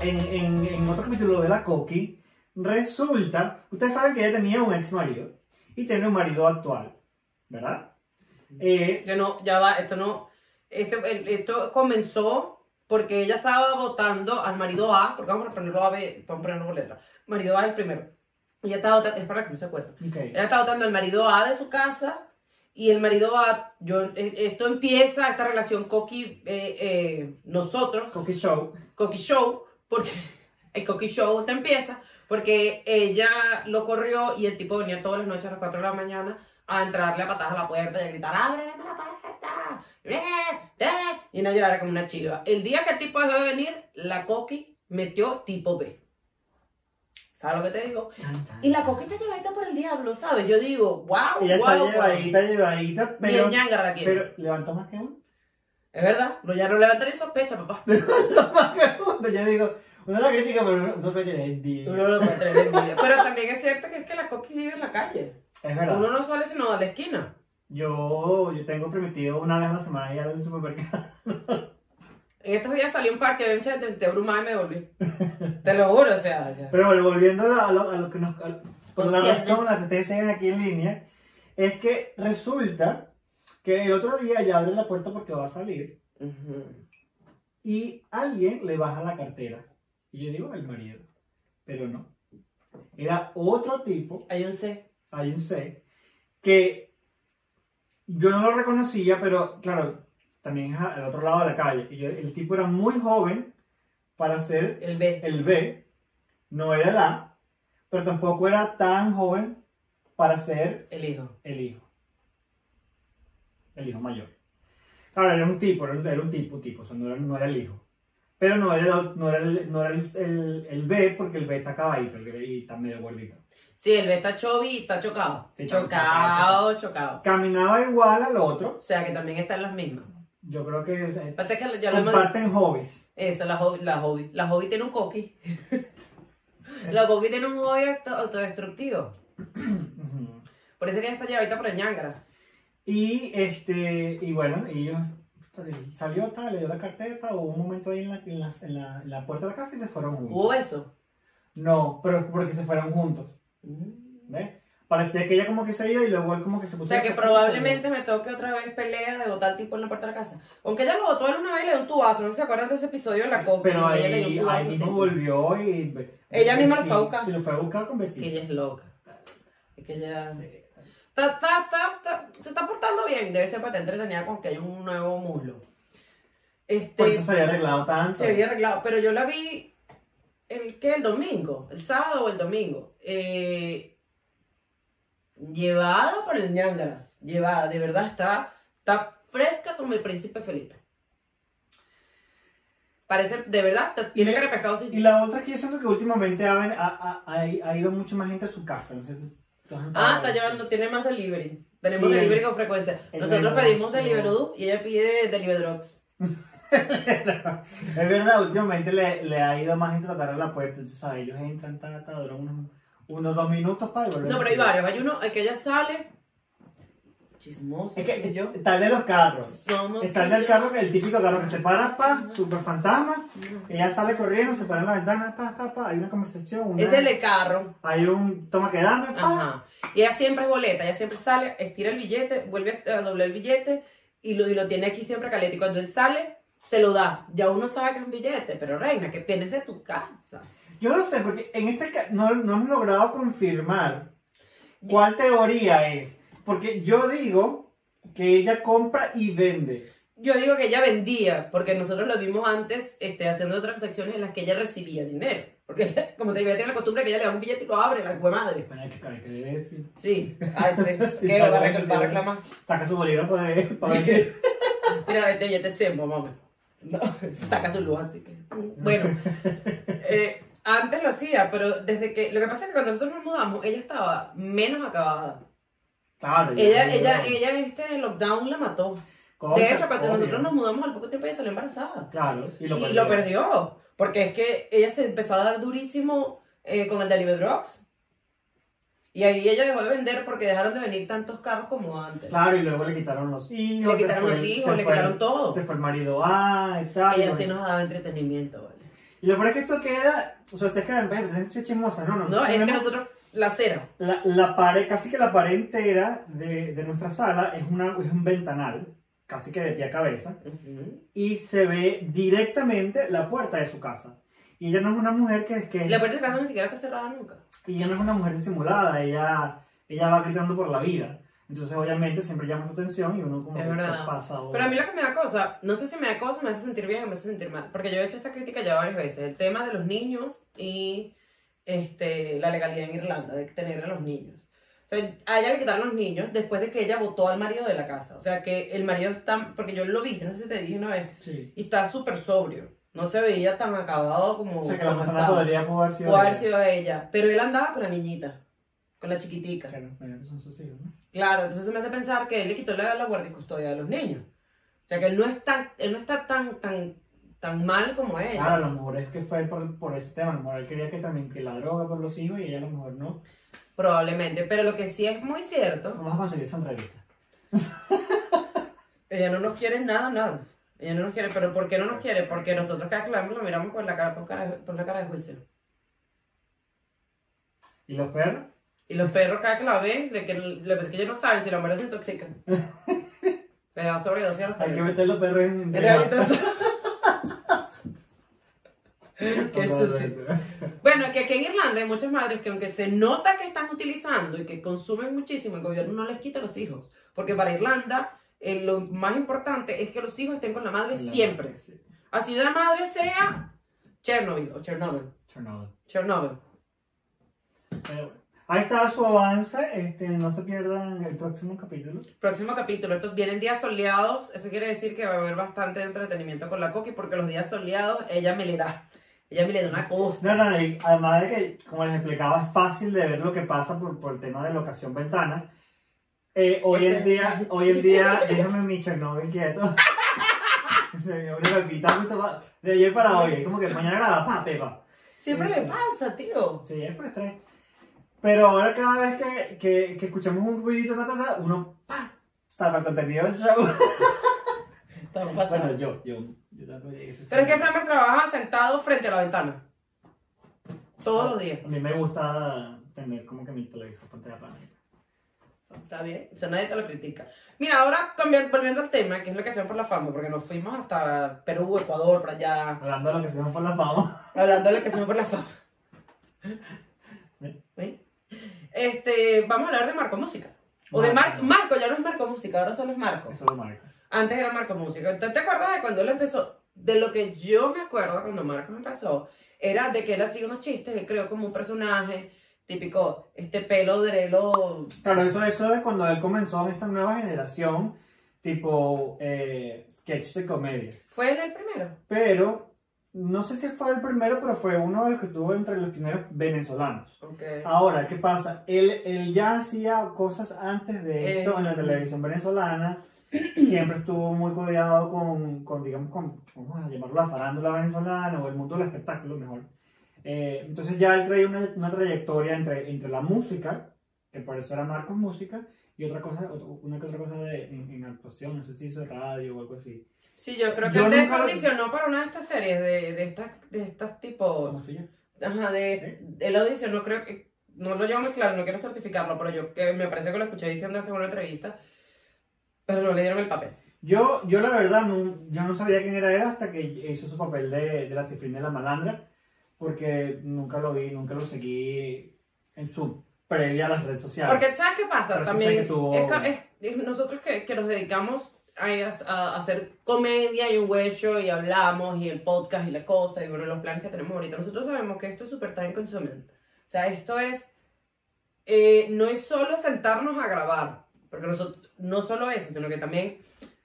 Speaker 2: en, en, en otro capítulo de la coqui, resulta, ustedes saben que ella tenía un ex marido y tiene un marido actual, ¿verdad? Eh,
Speaker 1: Yo no, ya va, esto no. Este, el- esto comenzó porque ella estaba votando al marido A, porque vamos a ponerlo A, B, vamos a ponerlo por letra. Marido A es el primero. Ella estaba votando, es para que no se acuerde.
Speaker 2: ok.
Speaker 1: Ella estaba votando al marido A de su casa y el marido A, yo, eh, esto empieza, esta relación Coqui, eh, eh, nosotros,
Speaker 2: Coqui Show.
Speaker 1: Coqui Show, porque el Coqui Show te empieza, porque ella lo corrió y el tipo venía todas las noches a las 4 de la mañana a entrarle a patadas a la puerta y a gritar, ábreme la puerta, eh, eh", y no llorara como una chiva. El día que el tipo dejó de venir, la Coqui metió tipo B. ¿Sabes lo que te digo? Y la Coqui está llevadita por el diablo, ¿sabes? Yo digo, wow,
Speaker 2: Ella está
Speaker 1: wow,
Speaker 2: llevadita, llevadita,
Speaker 1: Y el
Speaker 2: pero,
Speaker 1: ñangara la quiere.
Speaker 2: pero levantó más que uno.
Speaker 1: Es verdad, no, ya no levanta ni sospecha, papá.
Speaker 2: Cuando yo digo, uno la critica, pero uno- uno puede tener envidia.
Speaker 1: Uno lo puede tener envidia. Pero también es cierto que es que la coqui vive en la calle.
Speaker 2: Es verdad.
Speaker 1: Uno no sale sino a la esquina.
Speaker 2: Yo, yo tengo permitido una vez a la semana ir al supermercado.
Speaker 1: En estos días salí a un parque, vi un chate, te brumada y me volví. Te lo juro, o sea. ya.
Speaker 2: Pero bueno, volviendo a lo, a lo- a lo que nos... a- por la
Speaker 1: Consciente.
Speaker 2: razón a la que ustedes siguen aquí en línea, es que resulta que el otro día ya abre la puerta porque va a salir
Speaker 1: Ujú.
Speaker 2: y alguien le baja la cartera. Y yo digo, el marido. Pero no. Era otro tipo
Speaker 1: Hay un C.
Speaker 2: hay un C, que yo no lo reconocía, pero claro, también es al otro lado de la calle. Y yo- el tipo era muy joven para ser
Speaker 1: El B.
Speaker 2: el B, no era el A, pero tampoco era tan joven para ser
Speaker 1: El hijo.
Speaker 2: el hijo. El hijo mayor. Claro, era un tipo, era un, era un tipo, tipo, o sea, no era, no era el hijo. Pero no era, el, no era, el, no era el, el- el B porque el B está acabadito el B y está medio gordito.
Speaker 1: Sí, el B está chovi y está chocado.
Speaker 2: Sí, está
Speaker 1: chocado,
Speaker 2: chocado,
Speaker 1: chocado,
Speaker 2: Caminaba igual al otro,
Speaker 1: O sea que también están las mismas.
Speaker 2: Yo creo que eh,
Speaker 1: Pasa que ya lo hemos
Speaker 2: comparten hobbies.
Speaker 1: Eso, la hobby, la hobby. La hobby tiene un coqui. La Coqui tiene un odio auto- autodestructivo.
Speaker 2: Ujú.
Speaker 1: Por eso es que ella está llevadita por el ñangara.
Speaker 2: Y este, y bueno, ellos pues, salió tal, le dio la carpeta, hubo un momento ahí en la, en las- en la- en la puerta de la casa y se fueron juntos.
Speaker 1: Hubo eso.
Speaker 2: No, pero porque se fueron juntos, ¿ves? Parecía que ella como que se iba y luego él como que se puso.
Speaker 1: O sea que
Speaker 2: la chaqueta y se
Speaker 1: probablemente me toque otra vez pelea de botar al tipo en la puerta de la casa. Aunque ella lo botó él una vez y le dio un tubazo. No sé si se acuerdan de ese episodio de la
Speaker 2: fue.
Speaker 1: coca.
Speaker 2: Pero
Speaker 1: ella le dio un
Speaker 2: ahí,
Speaker 1: tubazo
Speaker 2: ahí
Speaker 1: al
Speaker 2: mismo
Speaker 1: tipo.
Speaker 2: volvió y.
Speaker 1: Ella misma lo
Speaker 2: sí,
Speaker 1: fue a buscar.
Speaker 2: Sí, lo fue a buscar con
Speaker 1: Que ella
Speaker 2: vecinos.
Speaker 1: es loca. Es que ella.
Speaker 2: Sí.
Speaker 1: Está, está, está, está- se está portando bien. Debe ser para estar entretenida con que hay un nuevo muslo.
Speaker 2: Por
Speaker 1: Este.
Speaker 2: eso se había arreglado tanto.
Speaker 1: Se había arreglado, pero yo la vi el que el domingo, el sábado o el domingo. Eh, llevada por el ñangaras, llevada, de verdad está, está fresca como el príncipe Felipe. Parece, de verdad, está- tiene cara de pescado sin
Speaker 2: Y la otra es que yo siento que últimamente ha, ha- ha- ha ido mucha más gente a su casa. No sé, tú- tú has
Speaker 1: Ah,
Speaker 2: notado
Speaker 1: está
Speaker 2: eso.
Speaker 1: llevando, tiene más delivery. Tenemos
Speaker 2: Sí,
Speaker 1: delivery
Speaker 2: el-
Speaker 1: con frecuencia.
Speaker 2: el
Speaker 1: Nosotros
Speaker 2: menú,
Speaker 1: pedimos
Speaker 2: sí.
Speaker 1: Deliveroo y ella pide Deliverox.
Speaker 2: Es verdad, últimamente le, le ha ido más gente a tocar a la puerta, entonces ¿sabes? ellos entran, ta, ta, duran unos, unos dos minutos para volver.
Speaker 1: No, pero hay varios. Hay uno, el que ella sale. Chismoso.
Speaker 2: Es que
Speaker 1: y yo.
Speaker 2: está el de los carros.
Speaker 1: Somos
Speaker 2: Está el
Speaker 1: tú y
Speaker 2: del
Speaker 1: yo.
Speaker 2: carro, que el típico carro que se para, pa, super fantasma. Ella sale corriendo, se para en la ventana, pa, pa, pa. Hay una conversación. Una,
Speaker 1: Es el de carro.
Speaker 2: Hay un toma que dame, pa.
Speaker 1: Ajá. Y ella siempre es boleta, ella siempre sale, estira el billete, vuelve a doblar el billete y lo, y lo tiene aquí siempre caliente. Y cuando él sale, se lo da. Ya uno sabe que es un billete, pero reina, que tienes de tu casa.
Speaker 2: Yo no sé, porque en este ca- no, no hemos logrado confirmar cuál teoría es. Porque yo digo que ella compra y vende.
Speaker 1: Yo digo que ella vendía, porque nosotros lo vimos antes este, haciendo transacciones en las que ella recibía dinero. Porque, ella, como te digo, ella tiene la costumbre que ella le da un billete y lo abre, la hue madre.
Speaker 2: Bueno, hay que, hay que decir.
Speaker 1: Sí, a ese.
Speaker 2: Sí,
Speaker 1: que lo va a
Speaker 2: está
Speaker 1: reclamar.
Speaker 2: bueno,
Speaker 1: va a
Speaker 2: sí.
Speaker 1: reclamar.
Speaker 2: Saca su bolígrafo de para ver.
Speaker 1: Mira, este billete es 100, mamá. No, saca su luz así que. Bueno, eh, antes lo hacía, pero desde que. Lo que pasa es que cuando nosotros nos mudamos, ella estaba menos acabada.
Speaker 2: Claro,
Speaker 1: Ella, ella, ella, este lockdown la mató.
Speaker 2: Concha,
Speaker 1: De hecho, cuando
Speaker 2: obvio.
Speaker 1: nosotros nos mudamos al poco tiempo ella salió embarazada.
Speaker 2: Claro, y lo
Speaker 1: y
Speaker 2: perdió.
Speaker 1: lo perdió. Porque es que ella se empezó a dar durísimo eh, con el Delivery Drugs. Y ahí ella dejó de vender porque dejaron de venir tantos carros como antes.
Speaker 2: Claro, y luego le quitaron los hijos.
Speaker 1: Le
Speaker 2: se
Speaker 1: quitaron
Speaker 2: fue-
Speaker 1: los hijos,
Speaker 2: se
Speaker 1: le
Speaker 2: fue-
Speaker 1: quitaron todo.
Speaker 2: Se fue el marido A y tal.
Speaker 1: ella
Speaker 2: y,
Speaker 1: sí
Speaker 2: bueno.
Speaker 1: nos daba entretenimiento, ¿vale?
Speaker 2: Y lo peor es que esto queda. O sea, ustedes creen, pero es chismosa. No, no,
Speaker 1: No,
Speaker 2: nosotros
Speaker 1: es que
Speaker 2: tenemos
Speaker 1: nosotros, la cera.
Speaker 2: la, la pared, casi que la pared entera de, de nuestra sala es, una, es un ventanal, casi que de pie a cabeza,
Speaker 1: Ujú.
Speaker 2: y se ve directamente la puerta de su casa. Y ella no es una mujer que, que es.
Speaker 1: La puerta de casa ni siquiera está cerrada nunca.
Speaker 2: Y ella no es una mujer disimulada, ella, ella va gritando por la vida. Entonces, obviamente, siempre llama tu atención y uno como
Speaker 1: Es
Speaker 2: que
Speaker 1: verdad.
Speaker 2: ¿qué pasa. ahora?
Speaker 1: Pero a mí lo que me da cosa, no sé si me da cosa, me hace sentir bien o me hace sentir mal. Porque yo he hecho esta crítica ya varias veces. El tema de los niños y este, la legalidad en Irlanda, de tener a los niños. O sea, a ella le quitaron los niños después de que ella votó al marido de la casa. O sea, que el marido está, porque yo lo vi, yo no sé si te dije una vez,
Speaker 2: Sí.
Speaker 1: y está súper sobrio. No se veía tan acabado como...
Speaker 2: O sea, que la
Speaker 1: como
Speaker 2: manzana
Speaker 1: estaba.
Speaker 2: podría haber sido.
Speaker 1: Pudo haber
Speaker 2: ella.
Speaker 1: sido ella. Pero él andaba con la niñita, con la chiquitica.
Speaker 2: Claro, bueno, son sus hijos, ¿no?
Speaker 1: Claro, entonces eso me hace pensar que él le quitó la, la guardia y custodia de los niños. O sea que él no está, él no está tan, tan, tan mal como ella.
Speaker 2: Claro, a lo mejor es que fue por, por ese tema. A lo mejor él quería que también que la droga por los hijos y ella a lo mejor no.
Speaker 1: Probablemente. Pero lo que sí es muy cierto,
Speaker 2: Vamos a conseguir esa entrevista.
Speaker 1: ella no nos quiere en nada, nada. Ella no nos quiere, pero ¿por qué no nos quiere? Porque nosotros cada vez que la vemos, la miramos con la cara, por cara, de- por la cara de juicio.
Speaker 2: ¿Y los perros?
Speaker 1: Y los perros cada que la ven, le, que, le- es que ellos no saben si la mujer se intoxica. Le da sobredosis a los
Speaker 2: Hay que
Speaker 1: perros.
Speaker 2: meter los perros en. en
Speaker 1: En
Speaker 2: la-
Speaker 1: realidad, que eso sí. Bueno, que aquí en Irlanda hay muchas madres que aunque se nota que están utilizando y que consumen muchísimo, el gobierno no les quita a los hijos. Porque para Irlanda eh, lo más importante es que los hijos estén con la madre siempre.
Speaker 2: Sí.
Speaker 1: Así la madre sea Chernobyl o Chernobyl.
Speaker 2: Chernobyl.
Speaker 1: Chernobyl.
Speaker 2: Pero bueno. Ahí está su avance. Este, no se pierdan el próximo capítulo.
Speaker 1: Próximo capítulo. Estos vienen días soleados. Eso quiere decir que va a haber bastante entretenimiento con la Coqui porque los días soleados ella me le da. Ella me le da una cosa.
Speaker 2: No, no, no, y además de que, como les explicaba, es fácil de ver lo que pasa por, por el tema de locación ventana. Eh, hoy en
Speaker 1: Ese-
Speaker 2: día, hoy en día, déjame mi Chernobyl quieto. Se me dio una pepita justo pa- de ayer para hoy. Es como que mañana graba, pa, pepa.
Speaker 1: Siempre le pasa, tío.
Speaker 2: Sí, es por estrés. Pero ahora cada vez que, que, que escuchamos un ruidito, ta, ta, ta, uno pa, salva el contenido del show.
Speaker 1: Está pasando.
Speaker 2: Bueno, yo, yo, yo tampoco llegué a ese
Speaker 1: Pero es que
Speaker 2: sueño.
Speaker 1: Framber trabaja sentado frente a la ventana. Todos los días.
Speaker 2: A mí me gusta tener como que mi televisor pantalla plana.
Speaker 1: Está bien, o sea, nadie te lo critica. Mira, ahora cambiando, volviendo al tema, que es lo que hacemos por la fama, porque nos fuimos hasta Perú, Ecuador, para allá,
Speaker 2: Hablando de lo que se llama por la fama.
Speaker 1: hablando de lo que hacemos por la fama. ¿Sí? Este, vamos a hablar de Marco Música. O de Marco,
Speaker 2: Marco.
Speaker 1: Marco, ya no es Marco Música, ahora solo es Marco.
Speaker 2: Eso lo marca.
Speaker 1: Antes era Marco Música. ¿Tú te acuerdas de cuando él empezó? De lo que yo me acuerdo cuando Marco empezó, era de que él hacía unos chistes, él creó como un personaje típico, este pelo drelo.
Speaker 2: Claro, eso, eso de cuando él comenzó en esta nueva generación, tipo eh, sketch de comedia.
Speaker 1: ¿Fue él el primero?
Speaker 2: Pero, no sé si fue el primero, pero fue uno de los que tuvo entre los primeros venezolanos.
Speaker 1: Ok.
Speaker 2: Ahora, ¿qué pasa? Él, él ya hacía cosas antes de esto
Speaker 1: Eh,
Speaker 2: en la televisión venezolana. Siempre estuvo muy codeado con, con, digamos, con, vamos a llamarlo la farándula venezolana o el mundo del espectáculo, mejor. Eh, entonces ya él traía una, una trayectoria entre, entre la música, que por eso era Marcos Música, y otra cosa, otra- una que otra cosa de, en, en actuación, no sé si hizo radio o algo así.
Speaker 1: Sí, yo creo que
Speaker 2: Yo
Speaker 1: él de hecho
Speaker 2: nunca-
Speaker 1: audicionó para una de estas series, de, de estas, de estas tipo.
Speaker 2: ¿Cómo estoy yo?
Speaker 1: Ajá, de. Él audicionó, creo que. No lo llevo muy claro, no quiero certificarlo, pero yo que me parece que lo escuché diciendo en una entrevista. Pero no le dieron el papel.
Speaker 2: Yo, yo la verdad, no, yo no sabía quién era él hasta que hizo su papel de, de la cifrín de la malandra, porque nunca lo vi, nunca lo seguí en su previa a las redes sociales.
Speaker 1: Porque, ¿sabes qué pasa?
Speaker 2: Pero sí sé
Speaker 1: También.
Speaker 2: que tuvo-
Speaker 1: es co- es- es nosotros que, que nos dedicamos a, a- a hacer comedia y un web show y hablamos y el podcast y la cosa y bueno, los planes que tenemos ahorita. Nosotros sabemos que esto es súper time consuming. O sea, esto es. eh, no es solo sentarnos a grabar. Porque nosotros. No solo eso, sino que también.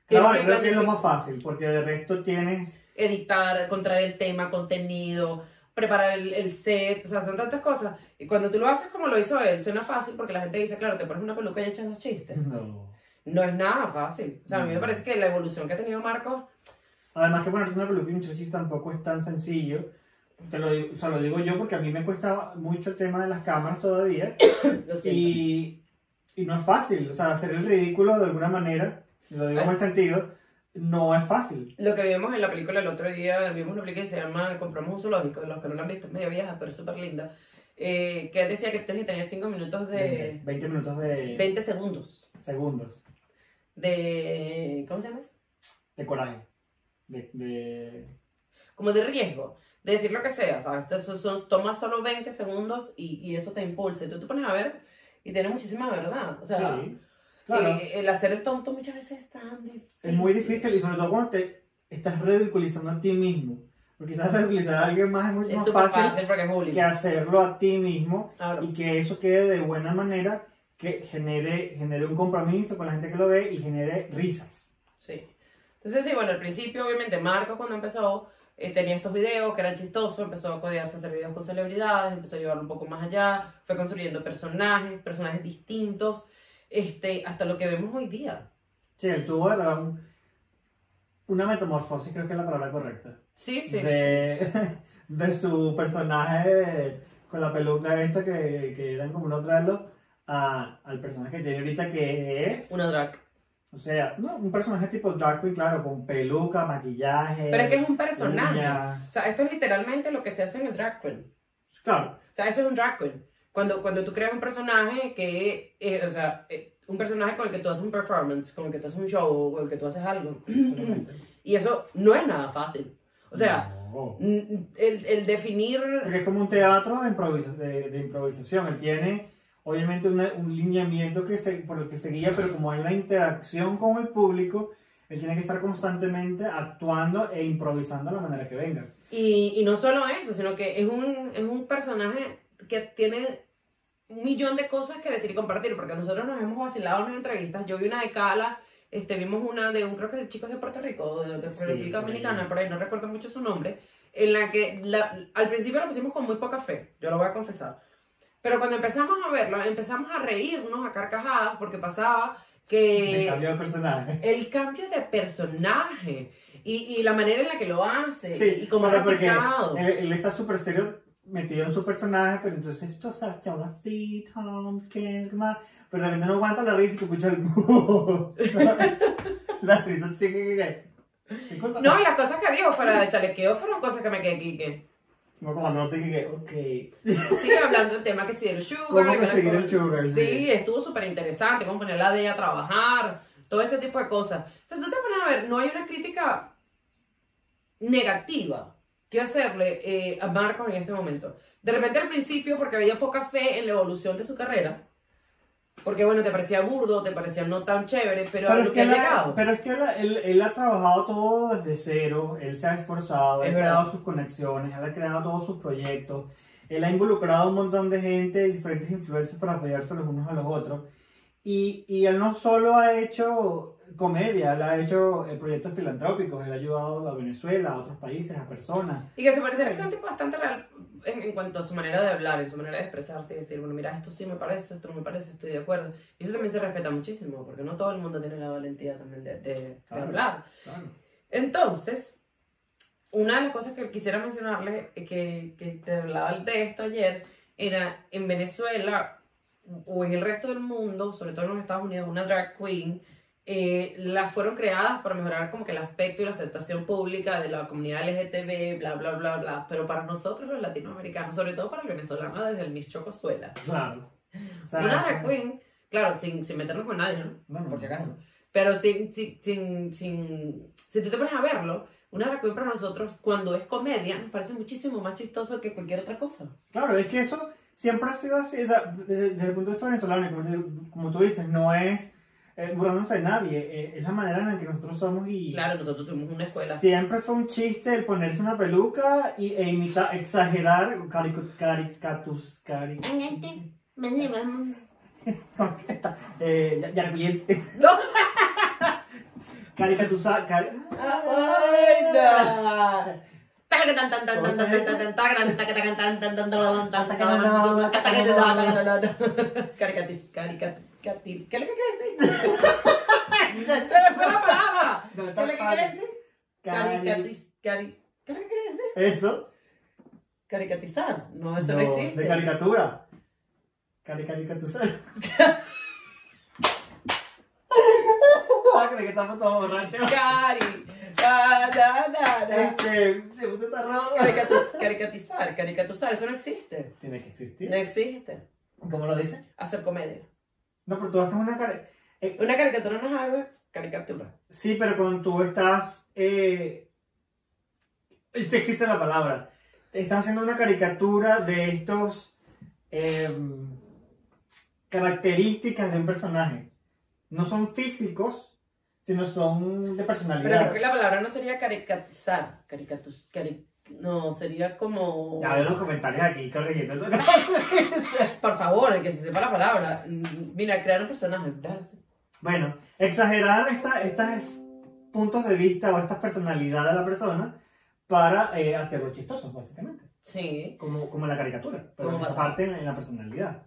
Speaker 2: Claro,
Speaker 1: tienes que
Speaker 2: creo que es lo
Speaker 1: planificar-
Speaker 2: más fácil, porque de resto tienes...
Speaker 1: editar, encontrar el tema, contenido, preparar el, el set, o sea, son tantas cosas. Y cuando tú lo haces como lo hizo él, suena fácil porque la gente dice, claro, te pones una peluca y echas dos chistes.
Speaker 2: No.
Speaker 1: No es nada fácil. O sea, a mí me
Speaker 2: No.
Speaker 1: parece que la evolución que ha tenido Marcos,
Speaker 2: Además que ponerte una peluca y un chasis tampoco es tan sencillo. Te lo digo, o sea, lo digo yo porque a mí me cuesta mucho el tema de las cámaras todavía.
Speaker 1: lo siento.
Speaker 2: Y, y no es fácil, o sea, hacer el ridículo de alguna manera, lo digo en buen sentido, no es fácil.
Speaker 1: Lo que vimos en la película el otro día, vimos una película que se llama Compramos un zoológico, los que no la han visto es medio vieja, pero es súper linda, eh, que él decía que tenías que tener 5 minutos
Speaker 2: 20,
Speaker 1: de
Speaker 2: 20 minutos de
Speaker 1: 20 segundos
Speaker 2: segundos
Speaker 1: de... ¿Cómo se llama eso?
Speaker 2: de coraje. De, de-
Speaker 1: como de riesgo, de decir lo que sea, ¿sabes? Entonces, son, son- toma solo 20 segundos y, y eso te impulsa. Y tú te pones a ver y tienes muchísima verdad. O sea,
Speaker 2: sí, claro.
Speaker 1: eh, el hacer el tonto muchas veces es tan difícil.
Speaker 2: es muy difícil y sobre todo cuando te estás ridiculizando a ti mismo. Porque quizás ridiculizar a alguien más es mucho
Speaker 1: Es
Speaker 2: más
Speaker 1: súper
Speaker 2: fácil,
Speaker 1: fácil, porque es
Speaker 2: que
Speaker 1: bullying.
Speaker 2: hacerlo a ti mismo
Speaker 1: Claro.
Speaker 2: y que eso quede de buena manera, que genere, genere un compromiso con la gente que lo ve y genere risas.
Speaker 1: Sí. Entonces, sí, bueno, al principio, obviamente, Marco cuando empezó, eh, tenía estos videos que eran chistosos, empezó a codearse a hacer videos con celebridades, empezó a llevarlo un poco más allá, fue construyendo personajes, personajes distintos, este, hasta lo que vemos hoy día.
Speaker 2: Sí, él tuvo de verdad, un- una metamorfosis, creo que es la palabra correcta.
Speaker 1: Sí, sí.
Speaker 2: de, de su personaje con la peluca esta que, que eran como no traerlo a, al personaje que tiene ahorita que es
Speaker 1: Una drag.
Speaker 2: o sea no, un personaje tipo drag queen claro con peluca maquillaje
Speaker 1: Pero es que es un personaje.
Speaker 2: uñas.
Speaker 1: O sea, esto es literalmente lo que se hace en el drag queen.
Speaker 2: claro
Speaker 1: O sea, eso es un drag queen. Cuando, cuando tú creas un personaje que, eh, o sea, eh, un personaje con el que tú haces un performance, con el que tú haces un show, con el que tú haces algo. Y eso no es nada fácil. O sea,
Speaker 2: No.
Speaker 1: n- el, el definir...
Speaker 2: Porque es como un teatro de, improvisa- de, de improvisación. Él tiene, obviamente, una- un lineamiento que se, por el que se guía, pero como hay una interacción con el público, él tiene que estar constantemente actuando e improvisando de la manera que venga.
Speaker 1: Y, y no solo eso, sino que es un, es un personaje que tiene un millón de cosas que decir y compartir, porque nosotros nos hemos vacilado en las entrevistas. Yo vi una de Cala, este, vimos una de un, creo que el chico es de Puerto Rico, o de, de
Speaker 2: Sí,
Speaker 1: República
Speaker 2: por ahí.
Speaker 1: Dominicana, por ahí no recuerdo mucho su nombre, en la que la- al principio lo pusimos con muy poca fe, yo lo voy a confesar. Pero cuando empezamos a verlo, empezamos a reírnos a carcajadas, porque pasaba que
Speaker 2: El cambio de personaje.
Speaker 1: el cambio de personaje y, y la manera en la que lo hace y- y como
Speaker 2: pero
Speaker 1: ha practicado.
Speaker 2: él, él está súper serio metido en su personaje, pero entonces tú sabes, chama así, Tom, Ken, ¿qué más? Pero de repente no aguanta la risa y que escucha el. la risa sí que. que- que- Disculpa.
Speaker 1: No, las cosas que dijo fuera de chalequeo fueron cosas que me quedé quique.
Speaker 2: Como cuando no te dije, ok.
Speaker 1: Sigue hablando del tema que si del sugar.
Speaker 2: ¿Cómo
Speaker 1: que las
Speaker 2: conseguir el
Speaker 1: cosas-
Speaker 2: sugar?
Speaker 1: Sí, estuvo súper interesante, cómo ponerla de ella a trabajar, todo ese tipo de cosas. O sea, si tú te pones a ver, no hay una crítica negativa que hacerle eh, a Marcos en este momento. De repente al principio, porque había poca fe en la evolución de su carrera, porque bueno, te parecía burdo, te parecía no tan chévere, pero, a
Speaker 2: Pero
Speaker 1: lo que,
Speaker 2: es que,
Speaker 1: ha
Speaker 2: él, ha-
Speaker 1: llegado.
Speaker 2: pero es que él, ha- él- él ha trabajado todo desde cero, él se ha esforzado,
Speaker 1: Es
Speaker 2: él ha
Speaker 1: verdad.
Speaker 2: creado sus conexiones, él ha creado todos sus proyectos, él ha involucrado a un montón de gente, diferentes influencias para apoyarse los unos a los otros. Y, y él no solo ha hecho comedia, él ha hecho eh, proyectos filantrópicos, él ha ayudado a Venezuela, a otros países, a personas.
Speaker 1: Y que se parece que es un tipo bastante real en, en cuanto a su manera de hablar, en su manera de expresarse y decir, bueno, mira, esto sí me parece, esto no me parece, estoy de acuerdo. Y eso también se respeta muchísimo, porque no todo el mundo tiene la valentía también de, de- de
Speaker 2: Claro.
Speaker 1: hablar. Entonces, una de las cosas que quisiera mencionarle, eh, que, que te hablaba de esto ayer, era en Venezuela o en el resto del mundo, sobre todo en los Estados Unidos, una drag queen, eh, las fueron creadas para mejorar como que el aspecto y la aceptación pública de la comunidad LGTB, bla, bla, bla, bla. Pero para nosotros los latinoamericanos, sobre todo para el venezolano desde el Miss Chocosuela,
Speaker 2: Claro. O sea,
Speaker 1: una drag
Speaker 2: eso-
Speaker 1: queen, claro, sin, sin meternos con nadie, ¿no?
Speaker 2: no, no,
Speaker 1: por si
Speaker 2: no.
Speaker 1: acaso. Pero sin, sin, sin, sin- si tú te pones a verlo, una drag queen para nosotros, cuando es comedia, nos parece muchísimo más chistoso que cualquier otra cosa.
Speaker 2: Claro, es que eso siempre ha sido así, o sea, desde, desde el punto de vista venezolano, y como, te- como tú dices, no es eh, burlándose de nadie, eh, es la manera en la que nosotros somos y
Speaker 1: Claro, nosotros tuvimos una escuela.
Speaker 2: siempre fue un chiste el ponerse una peluca y, e imitar, exagerar, caricu- caricatus, cari-
Speaker 5: Adelante. Más de vamos.
Speaker 2: ¿Con qué está? Eh, ya- ya arrepiente.
Speaker 1: No.
Speaker 2: Caricatusa, cari-
Speaker 1: Ah, Ay, ¿Qué es lo que quiere decir? ¡Se me fue la palabra! ¿Qué
Speaker 2: No,
Speaker 1: es
Speaker 2: está
Speaker 1: lo que quiere
Speaker 2: padre.
Speaker 1: decir?
Speaker 2: Cari-
Speaker 1: Caricatis- cari- ¿Qué es lo que quiere decir?
Speaker 2: Eso,
Speaker 1: Caricatizar. No, eso no,
Speaker 2: no,
Speaker 1: existe.
Speaker 2: de caricatura. Cari- Caricatusa. Ah, creo que estamos todos borrachos.
Speaker 1: Cari. Na, na, na, na.
Speaker 2: Este, se gusta esta ropa.
Speaker 1: Caricatiz- Caricatizar, caricatuzar, eso no existe.
Speaker 2: Tiene que existir.
Speaker 1: No existe.
Speaker 2: ¿Cómo lo dicen?
Speaker 1: Hacer comedia.
Speaker 2: No, pero tú haces una cara.
Speaker 1: Una caricatura no es algo, caricatura.
Speaker 2: Sí, pero cuando tú estás. Eh... Sí existe la palabra. Estás haciendo una caricatura de estos. em, características de un personaje. No son físicos, sino son de
Speaker 1: Pero creo
Speaker 2: personalidad.
Speaker 1: que la palabra no sería caricatizar. Caricatus, cari- no, sería como.
Speaker 2: Ya veo los comentarios aquí corrigiendo.
Speaker 1: Por favor, el que se sepa la palabra. Mm, Mira, crear un personaje. claro, sí.
Speaker 2: Bueno, exagerar esta- estos puntos de vista o estas personalidades de la persona para eh, hacerlo chistoso, básicamente.
Speaker 1: Sí.
Speaker 2: Como, como en la caricatura, pero
Speaker 1: Como
Speaker 2: en
Speaker 1: pasa.
Speaker 2: parte en, en la personalidad.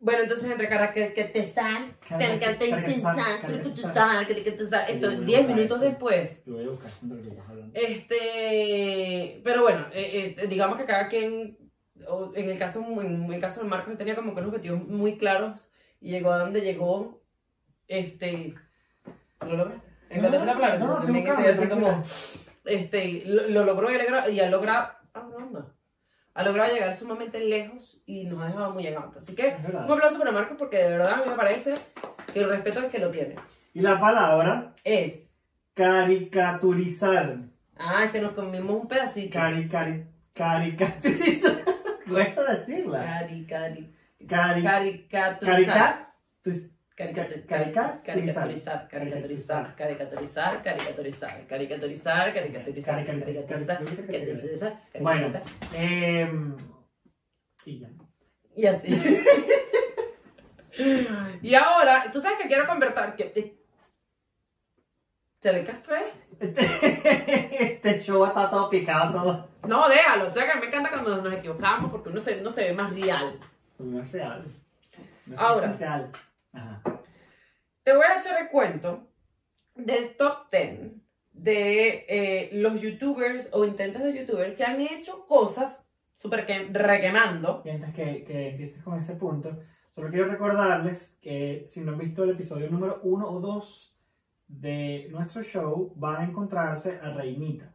Speaker 1: Bueno, entonces entre caricatizar, caricatizar, caricatizar, caricatizar. Esto, 10 minutos después.
Speaker 2: Yo voy a buscar siento que tú estás hablando.
Speaker 1: Este, pero bueno, eh, eh, digamos que cada quien, o en el caso, en el caso de Marcos, él tenía como que unos objetivos muy claros y llegó a donde llegó, este, ¿lo lograste? ¿Encontraste la palabra?
Speaker 2: No, no,
Speaker 1: También
Speaker 2: tengo
Speaker 1: estoy
Speaker 2: cable,
Speaker 1: así como, este, lo, lo logró y, alegra- y ha logrado, ah, broma, ha logrado llegar sumamente lejos y nos ha dejado muy llegados. Así que,
Speaker 2: Es
Speaker 1: un
Speaker 2: verdad.
Speaker 1: aplauso para Marcos porque de verdad a mí me parece que el respeto al que lo tiene
Speaker 2: Y la palabra
Speaker 1: es,
Speaker 2: caricaturizar.
Speaker 1: ah, es que nos comimos un pedacito.
Speaker 2: Cari, cari, caricaturizar. Cuesta decirla.
Speaker 1: Cari, cari.
Speaker 2: Cari,
Speaker 1: Caricaturizar.
Speaker 2: carica, tus-
Speaker 1: Caricat-
Speaker 2: Carica-
Speaker 1: Caricaturizar. Caricaturizar. Caricaturizar. Caricaturizar. Caricaturizar. Caricaturizar.
Speaker 2: Caricaturiz-
Speaker 1: Caricaturizar.
Speaker 2: caricatur-
Speaker 1: Caricaturizar.
Speaker 2: Bueno.
Speaker 1: caricaturizar,
Speaker 2: em, y ya.
Speaker 1: Y así. Y ahora, tú sabes que quiero convertir. que- eh, ¿Será el café?
Speaker 2: Este, este show está todo picado. Todo.
Speaker 1: No, déjalo. Tú sabes que a mí me encanta cuando nos equivocamos porque uno se, uno se ve más real.
Speaker 2: No es real. No es
Speaker 1: Ahora.
Speaker 2: real. Ajá.
Speaker 1: Te voy a echar el cuento del top 10 de eh, los youtubers o intentos de youtubers que han hecho cosas super que, requemando.
Speaker 2: Y antes que, que empieces con ese punto, solo quiero recordarles que si no han visto el episodio número 1 o 2 de nuestro show, van a encontrarse a Reinita.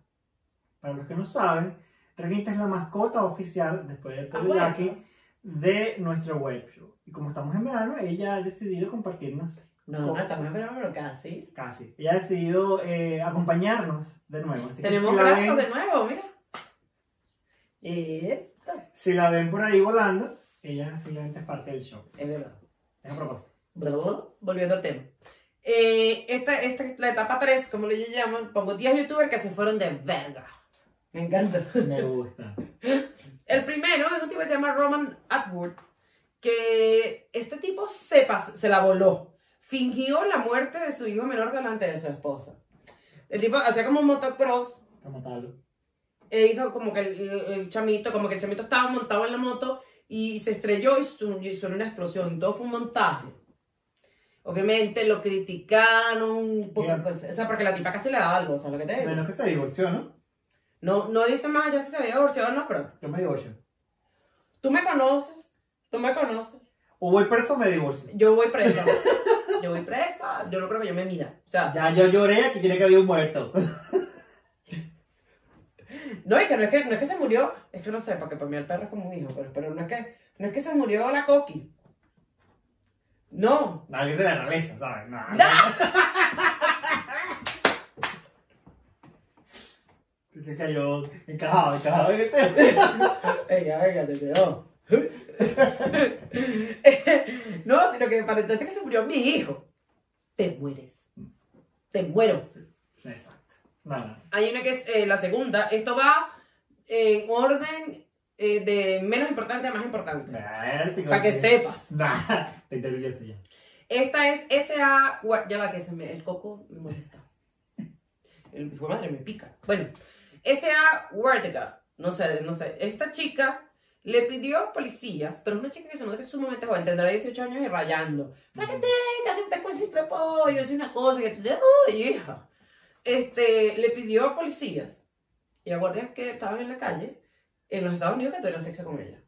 Speaker 2: Para los que no saben, Reinita es la mascota oficial, después del
Speaker 1: Ah,
Speaker 2: Podiyaki,
Speaker 1: bueno.
Speaker 2: de nuestro web show. Y como estamos en verano, ella ha decidido compartirnos
Speaker 1: No,
Speaker 2: ¿Cómo?
Speaker 1: no, estamos en verano, pero casi.
Speaker 2: casi. Ella ha decidido eh, acompañarnos de nuevo. Así que
Speaker 1: Tenemos
Speaker 2: si la
Speaker 1: brazos
Speaker 2: ven-
Speaker 1: de nuevo, mira. Esta.
Speaker 2: Si la ven por ahí volando, ella simplemente es parte del show.
Speaker 1: Es verdad.
Speaker 2: Es a propósito.
Speaker 1: Blah, Volviendo al tema. Eh, esta, esta, la etapa 3, como le llaman, pongo 10 youtubers que se fueron de verga. Me encanta.
Speaker 2: Me gusta.
Speaker 1: El primero es un tipo que se llama Roman Atwood, que este tipo se, pas- se la voló. Fingió la muerte de su hijo menor delante de su esposa. El tipo hacía como un motocross
Speaker 2: Como tal.
Speaker 1: e hizo como que el, el chamito, como que el chamito estaba montado en la moto y se estrelló y, su, y sonó una explosión. Y todo fue un montaje. Obviamente lo criticaron un poco,
Speaker 2: Bien.
Speaker 1: pues, o sea, porque la tipa casi le da algo, o sea, lo que te digo.
Speaker 2: Menos que se divorció, ¿no?
Speaker 1: No, no dice más allá si se había divorciado o no, pero
Speaker 2: Yo me divorcio.
Speaker 1: tú me conoces, tú me conoces.
Speaker 2: O voy preso o me divorcio.
Speaker 1: Yo voy presa. yo voy presa. Yo no creo que yo me mida. O sea,
Speaker 2: Ya yo lloré que tiene que haber un muerto.
Speaker 1: no es que no es que no es que se murió, es que no sé, porque para mí el perro es como un hijo, pero, pero no es que no es que se murió la coqui. No.
Speaker 2: Alguien de la realeza, ¿sabes? No, Te cayó encajado, encajado en este. el tema.
Speaker 1: Venga, venga, te quedó. no, sino que para entonces que se murió mi hijo. Te mueres. Te muero.
Speaker 2: Exacto. Nada.
Speaker 1: Hay una que es eh, la segunda. Esto va en orden eh, de menos importante a más importante.
Speaker 2: Vértigo.
Speaker 1: Para que
Speaker 2: sí.
Speaker 1: sepas.
Speaker 2: Nada. Te interrumpí así ya.
Speaker 1: Esta es S.A. Gua- Ya va, que se me, el coco me molesta. El hijo de madre me pica. Bueno, S.A. Wartega, no sé, no sé. Esta chica le pidió policías, pero es una chica que se nota que es sumamente joven, tendrá 18 años y rayando. Una que tenga, si te con simple pollo, es una cosa que tú dices, uy, hija. Este, le pidió a policías y a guardias que estaban en la calle en los Estados Unidos que tuvieran sexo con ella.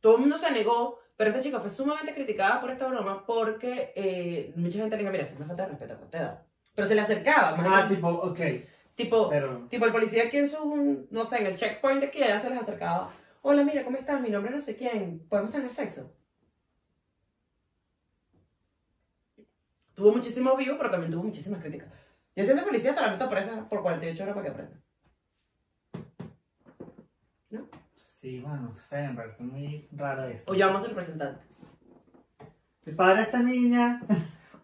Speaker 1: Todo el mundo se negó, pero esta chica fue sumamente criticada por esta broma porque eh, mucha gente le dijo, mira, eso es una falta de respeto a te da. Pero se le acercaba, más
Speaker 2: Ah,
Speaker 1: bien,
Speaker 2: tipo, ok.
Speaker 1: tipo,
Speaker 2: Pero.
Speaker 1: tipo el policía aquí en su, no sé, en el checkpoint de aquí, ella se les acercaba. Hola, mira, ¿cómo estás? Mi nombre es no sé quién. ¿Podemos tener sexo? Tuvo muchísimos vivos, pero también tuvo muchísimas críticas. Yo siendo policía te la meto presa por 48 horas para que aprenda.
Speaker 2: Sí, bueno, no sé, me parece muy raro eso.
Speaker 1: O llamamos al representante.
Speaker 2: El padre de esta niña.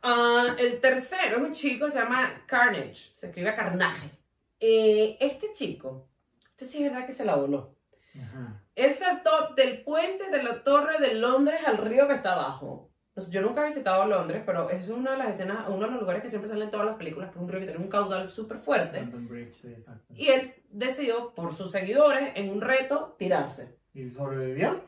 Speaker 1: Ah, el tercero es un chico, se llama Carnage, se escribe Carnaje. Eh, este chico, este sí es verdad que se la voló.
Speaker 2: Ajá.
Speaker 1: Él saltó del puente de la torre de Londres al río que está abajo. No sé, Yo nunca he visitado Londres, pero es una de las escenas, uno de los lugares que siempre salen en todas las películas, que es un río que tiene un caudal súper fuerte.
Speaker 2: London Bridge, sí, exacto.
Speaker 1: Y él decidió, por sus seguidores, en un reto, tirarse.
Speaker 2: ¿Y sobrevivió?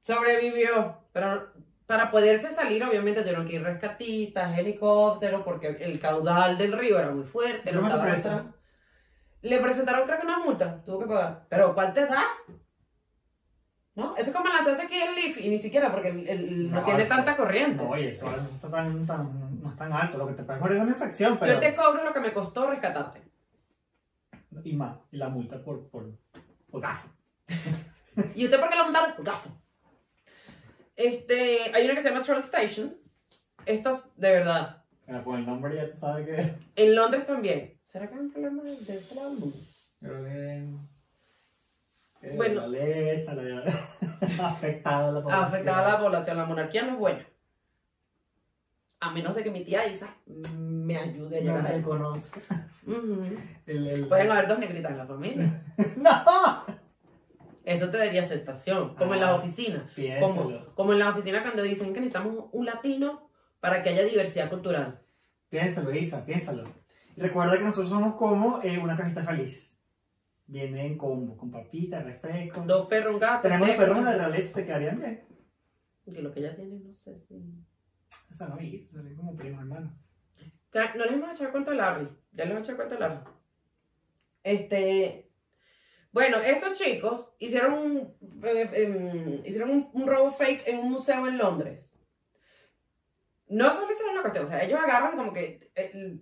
Speaker 1: Sobrevivió, pero para poderse salir, obviamente tuvieron que ir rescatistas, helicópteros, porque el caudal del río era muy fuerte.
Speaker 2: Yo
Speaker 1: no
Speaker 2: me
Speaker 1: estaba
Speaker 2: parece.
Speaker 1: controlado. Le presentaron, creo que una multa, tuvo que pagar. Pero ¿cuál te da? ¿No? Eso es como lanzarse aquí el Leaf, y ni siquiera, porque el, el- no,
Speaker 2: No,
Speaker 1: tiene
Speaker 2: eso-
Speaker 1: tanta corriente.
Speaker 2: No, oye, eso no está tan, tan- no es tan alto. Lo que te puedes morir es una infección, pero.
Speaker 1: Yo te cobro lo que me costó rescatarte.
Speaker 2: Y más, y la multa por. por. por gasto.
Speaker 1: ¿Y usted por qué lo montaron? Por gasto. Este, hay una que se llama Troll Station. Estos, de verdad,
Speaker 2: Pero con el nombre ya tú sabes que.
Speaker 1: En Londres también. ¿Será que hay un problema de este lado del mundo?
Speaker 2: Creo que. que
Speaker 1: Bueno.
Speaker 2: La realeza, la. afectada la población.
Speaker 1: Afectada a la población. La monarquía no es buena. A menos de que mi tía Isa me ayude a
Speaker 2: No
Speaker 1: llegar a él.
Speaker 2: reconozca.
Speaker 1: Ujú.
Speaker 2: El, el...
Speaker 1: Pueden haber dos negritas en la familia.
Speaker 2: ¡No!
Speaker 1: Eso te daría aceptación. Como en
Speaker 2: Ah,
Speaker 1: las oficinas.
Speaker 2: Piénsalo.
Speaker 1: Como, como en las oficinas cuando dicen que necesitamos un latino para que haya diversidad cultural.
Speaker 2: Piénsalo, Isa, piénsalo. Y Recuerda que nosotros somos como eh, una cajita feliz. Viene en combo, con papitas, refrescos.
Speaker 1: Dos perros, un gato.
Speaker 2: Tenemos
Speaker 1: un
Speaker 2: perros en
Speaker 1: tejo.
Speaker 2: la realeza, te quedarían bien.
Speaker 1: Que lo que ella tiene, no sé si... O
Speaker 2: O sea, no, y eso es como primos hermanos.
Speaker 1: sea, no les hemos echado cuenta a Larry. Ya les hemos echado cuenta a Larry. Este... Bueno, estos chicos hicieron un, eh, em, hicieron un, un robo fake en un museo en Londres. No solo hicieron la cuestión, o sea, ellos agarran como que eh, el-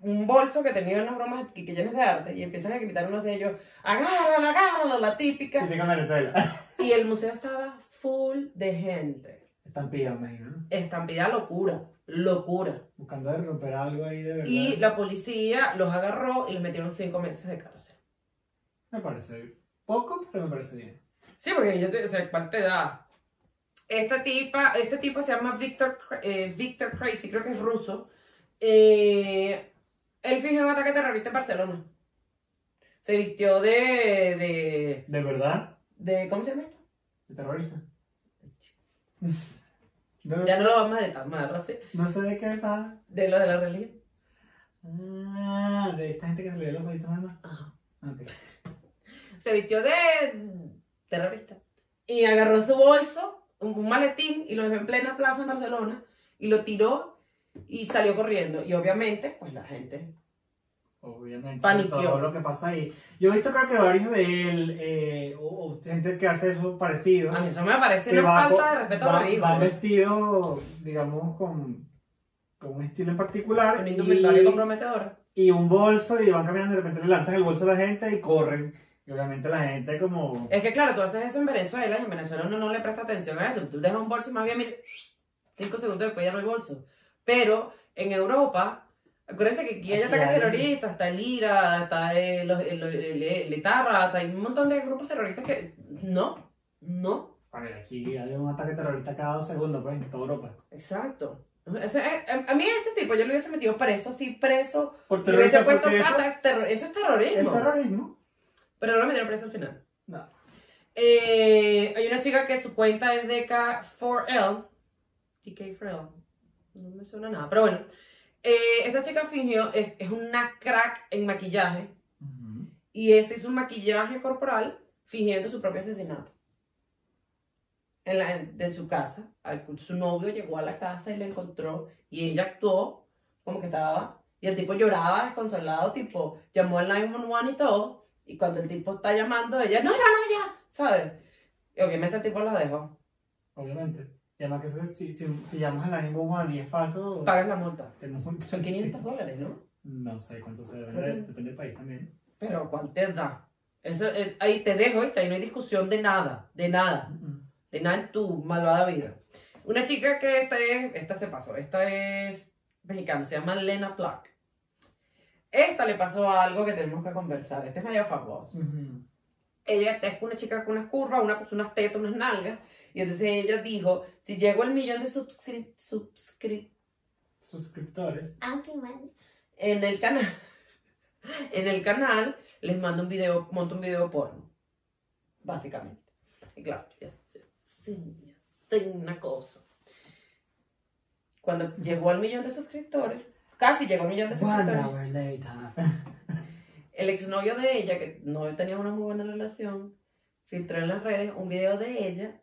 Speaker 1: un bolso que tenía unas bromas que, que llenas de arte y empiezan a gritar unos de ellos, agárralo, agárralo, la típica.
Speaker 2: Típica Venezuela.
Speaker 1: Y el museo estaba full de gente.
Speaker 2: Estampida, me imagino. ¿no?
Speaker 1: Estampida locura, locura.
Speaker 2: Buscando de romper algo ahí de verdad.
Speaker 1: Y la policía los agarró y les metieron cinco meses de cárcel.
Speaker 2: Me parece poco, pero me parece bien.
Speaker 1: Sí, porque yo te, o sea, ¿cuál te da? Esta tipa, este tipo se llama Victor, Cra- eh, Victor Crazy, creo que es ruso. Eh, él fingió un ataque terrorista en Barcelona. Se vistió de, de,
Speaker 2: ¿De verdad?
Speaker 1: de, ¿cómo se llama esto?
Speaker 2: ¿De terrorista?
Speaker 1: Ya no lo vamos a detallar, ¿sí?
Speaker 2: No sé de qué está.
Speaker 1: De lo de la religión.
Speaker 2: Ah, de esta gente que se le ve los ojitos nada más.
Speaker 1: Ajá.
Speaker 2: Ok.
Speaker 1: Se vistió de terrorista. Y agarró su bolso, un, un maletín, y lo dejó en plena plaza en Barcelona. Y lo tiró y salió corriendo. Y obviamente, pues la gente
Speaker 2: Obviamente.
Speaker 1: Paniqueó.
Speaker 2: Todo lo que pasa ahí. Yo he visto creo que varios de él, eh, o, o gente que hace eso parecido.
Speaker 1: A mí eso me parece
Speaker 2: que
Speaker 1: una
Speaker 2: va
Speaker 1: falta
Speaker 2: con-
Speaker 1: de respeto
Speaker 2: va-
Speaker 1: horrible.
Speaker 2: Van vestidos, digamos, con, con un estilo en particular.
Speaker 1: un
Speaker 2: y-
Speaker 1: indumentario comprometedor.
Speaker 2: y un bolso y van caminando y de repente le lanzan el bolso a la gente y corren. Y obviamente la gente como...
Speaker 1: Es que claro, tú haces eso en Venezuela y en Venezuela uno no le presta atención a eso. Tú dejas un bolso y más bien, mira, cinco segundos después ya no hay bolso. Pero en Europa, acuérdense que aquí hay
Speaker 2: Aquí
Speaker 1: ataques
Speaker 2: hay-
Speaker 1: terroristas, está el IRA, está el, los- el- el- el Etarra, está hay un montón de grupos terroristas que no, no,
Speaker 2: A ver, aquí hay un ataque terrorista cada dos segundos, pues, en toda Europa.
Speaker 1: exacto. O sea, eh, a a mí este tipo yo lo hubiese metido preso, así preso,
Speaker 2: Por
Speaker 1: le hubiese
Speaker 2: terrorista,
Speaker 1: puesto
Speaker 2: porque eso
Speaker 1: cata, terro- eso es
Speaker 2: es
Speaker 1: terrorismo.
Speaker 2: terrorismo.
Speaker 1: Pero no lo metieron preso al final.
Speaker 2: No.
Speaker 1: Eh, hay una chica que su cuenta es DK4L. DK4L. No me suena nada. Pero bueno. Eh, esta chica fingió, es, es una crack en maquillaje. Y ese hizo un maquillaje corporal fingiendo su propio asesinato. En la, en- de su casa. Al- su novio llegó a la casa y la encontró. Y ella actuó como que estaba. Y el tipo lloraba desconsolado, tipo, llamó al 911 y todo. Y cuando el tipo está llamando, ella, no, no, no, ya, ¿sabes? Y obviamente el tipo lo dejó.
Speaker 2: Obviamente. Y además que eso, si, si, si llamas al ánimo humano y es falso...
Speaker 1: Pagas la multa.
Speaker 2: te mu-
Speaker 1: Son 500 dólares, ¿no?
Speaker 2: No sé cuánto se debe, depende del país también.
Speaker 1: Pero ¿cuál te da? Eso, eh, ahí te dejo, ¿viste? Ahí no hay discusión de nada, de nada. de nada en tu malvada vida. Una chica que esta es, esta se pasó, esta es mexicana, se llama Lena Plack. Esta le pasó algo que tenemos que conversar, esta es medio famosa.
Speaker 2: Ujú.
Speaker 1: Ella esta es una chica con unas curvas, una, unas tetas, unas nalgas, y entonces ella dijo, si llego al millón de subscri- subscri-
Speaker 2: Suscriptores.
Speaker 5: Ah, qué mal.
Speaker 1: en el canal, en el canal les mando un video, monto un video porno, básicamente. Y claro, ya se- se- ya se- una cosa. Cuando llegó al millón de suscriptores, casi llegó al millón de
Speaker 2: One
Speaker 1: suscriptores,
Speaker 2: hour later.
Speaker 1: el exnovio de ella, que no tenía una muy buena relación, filtró en las redes un video de ella,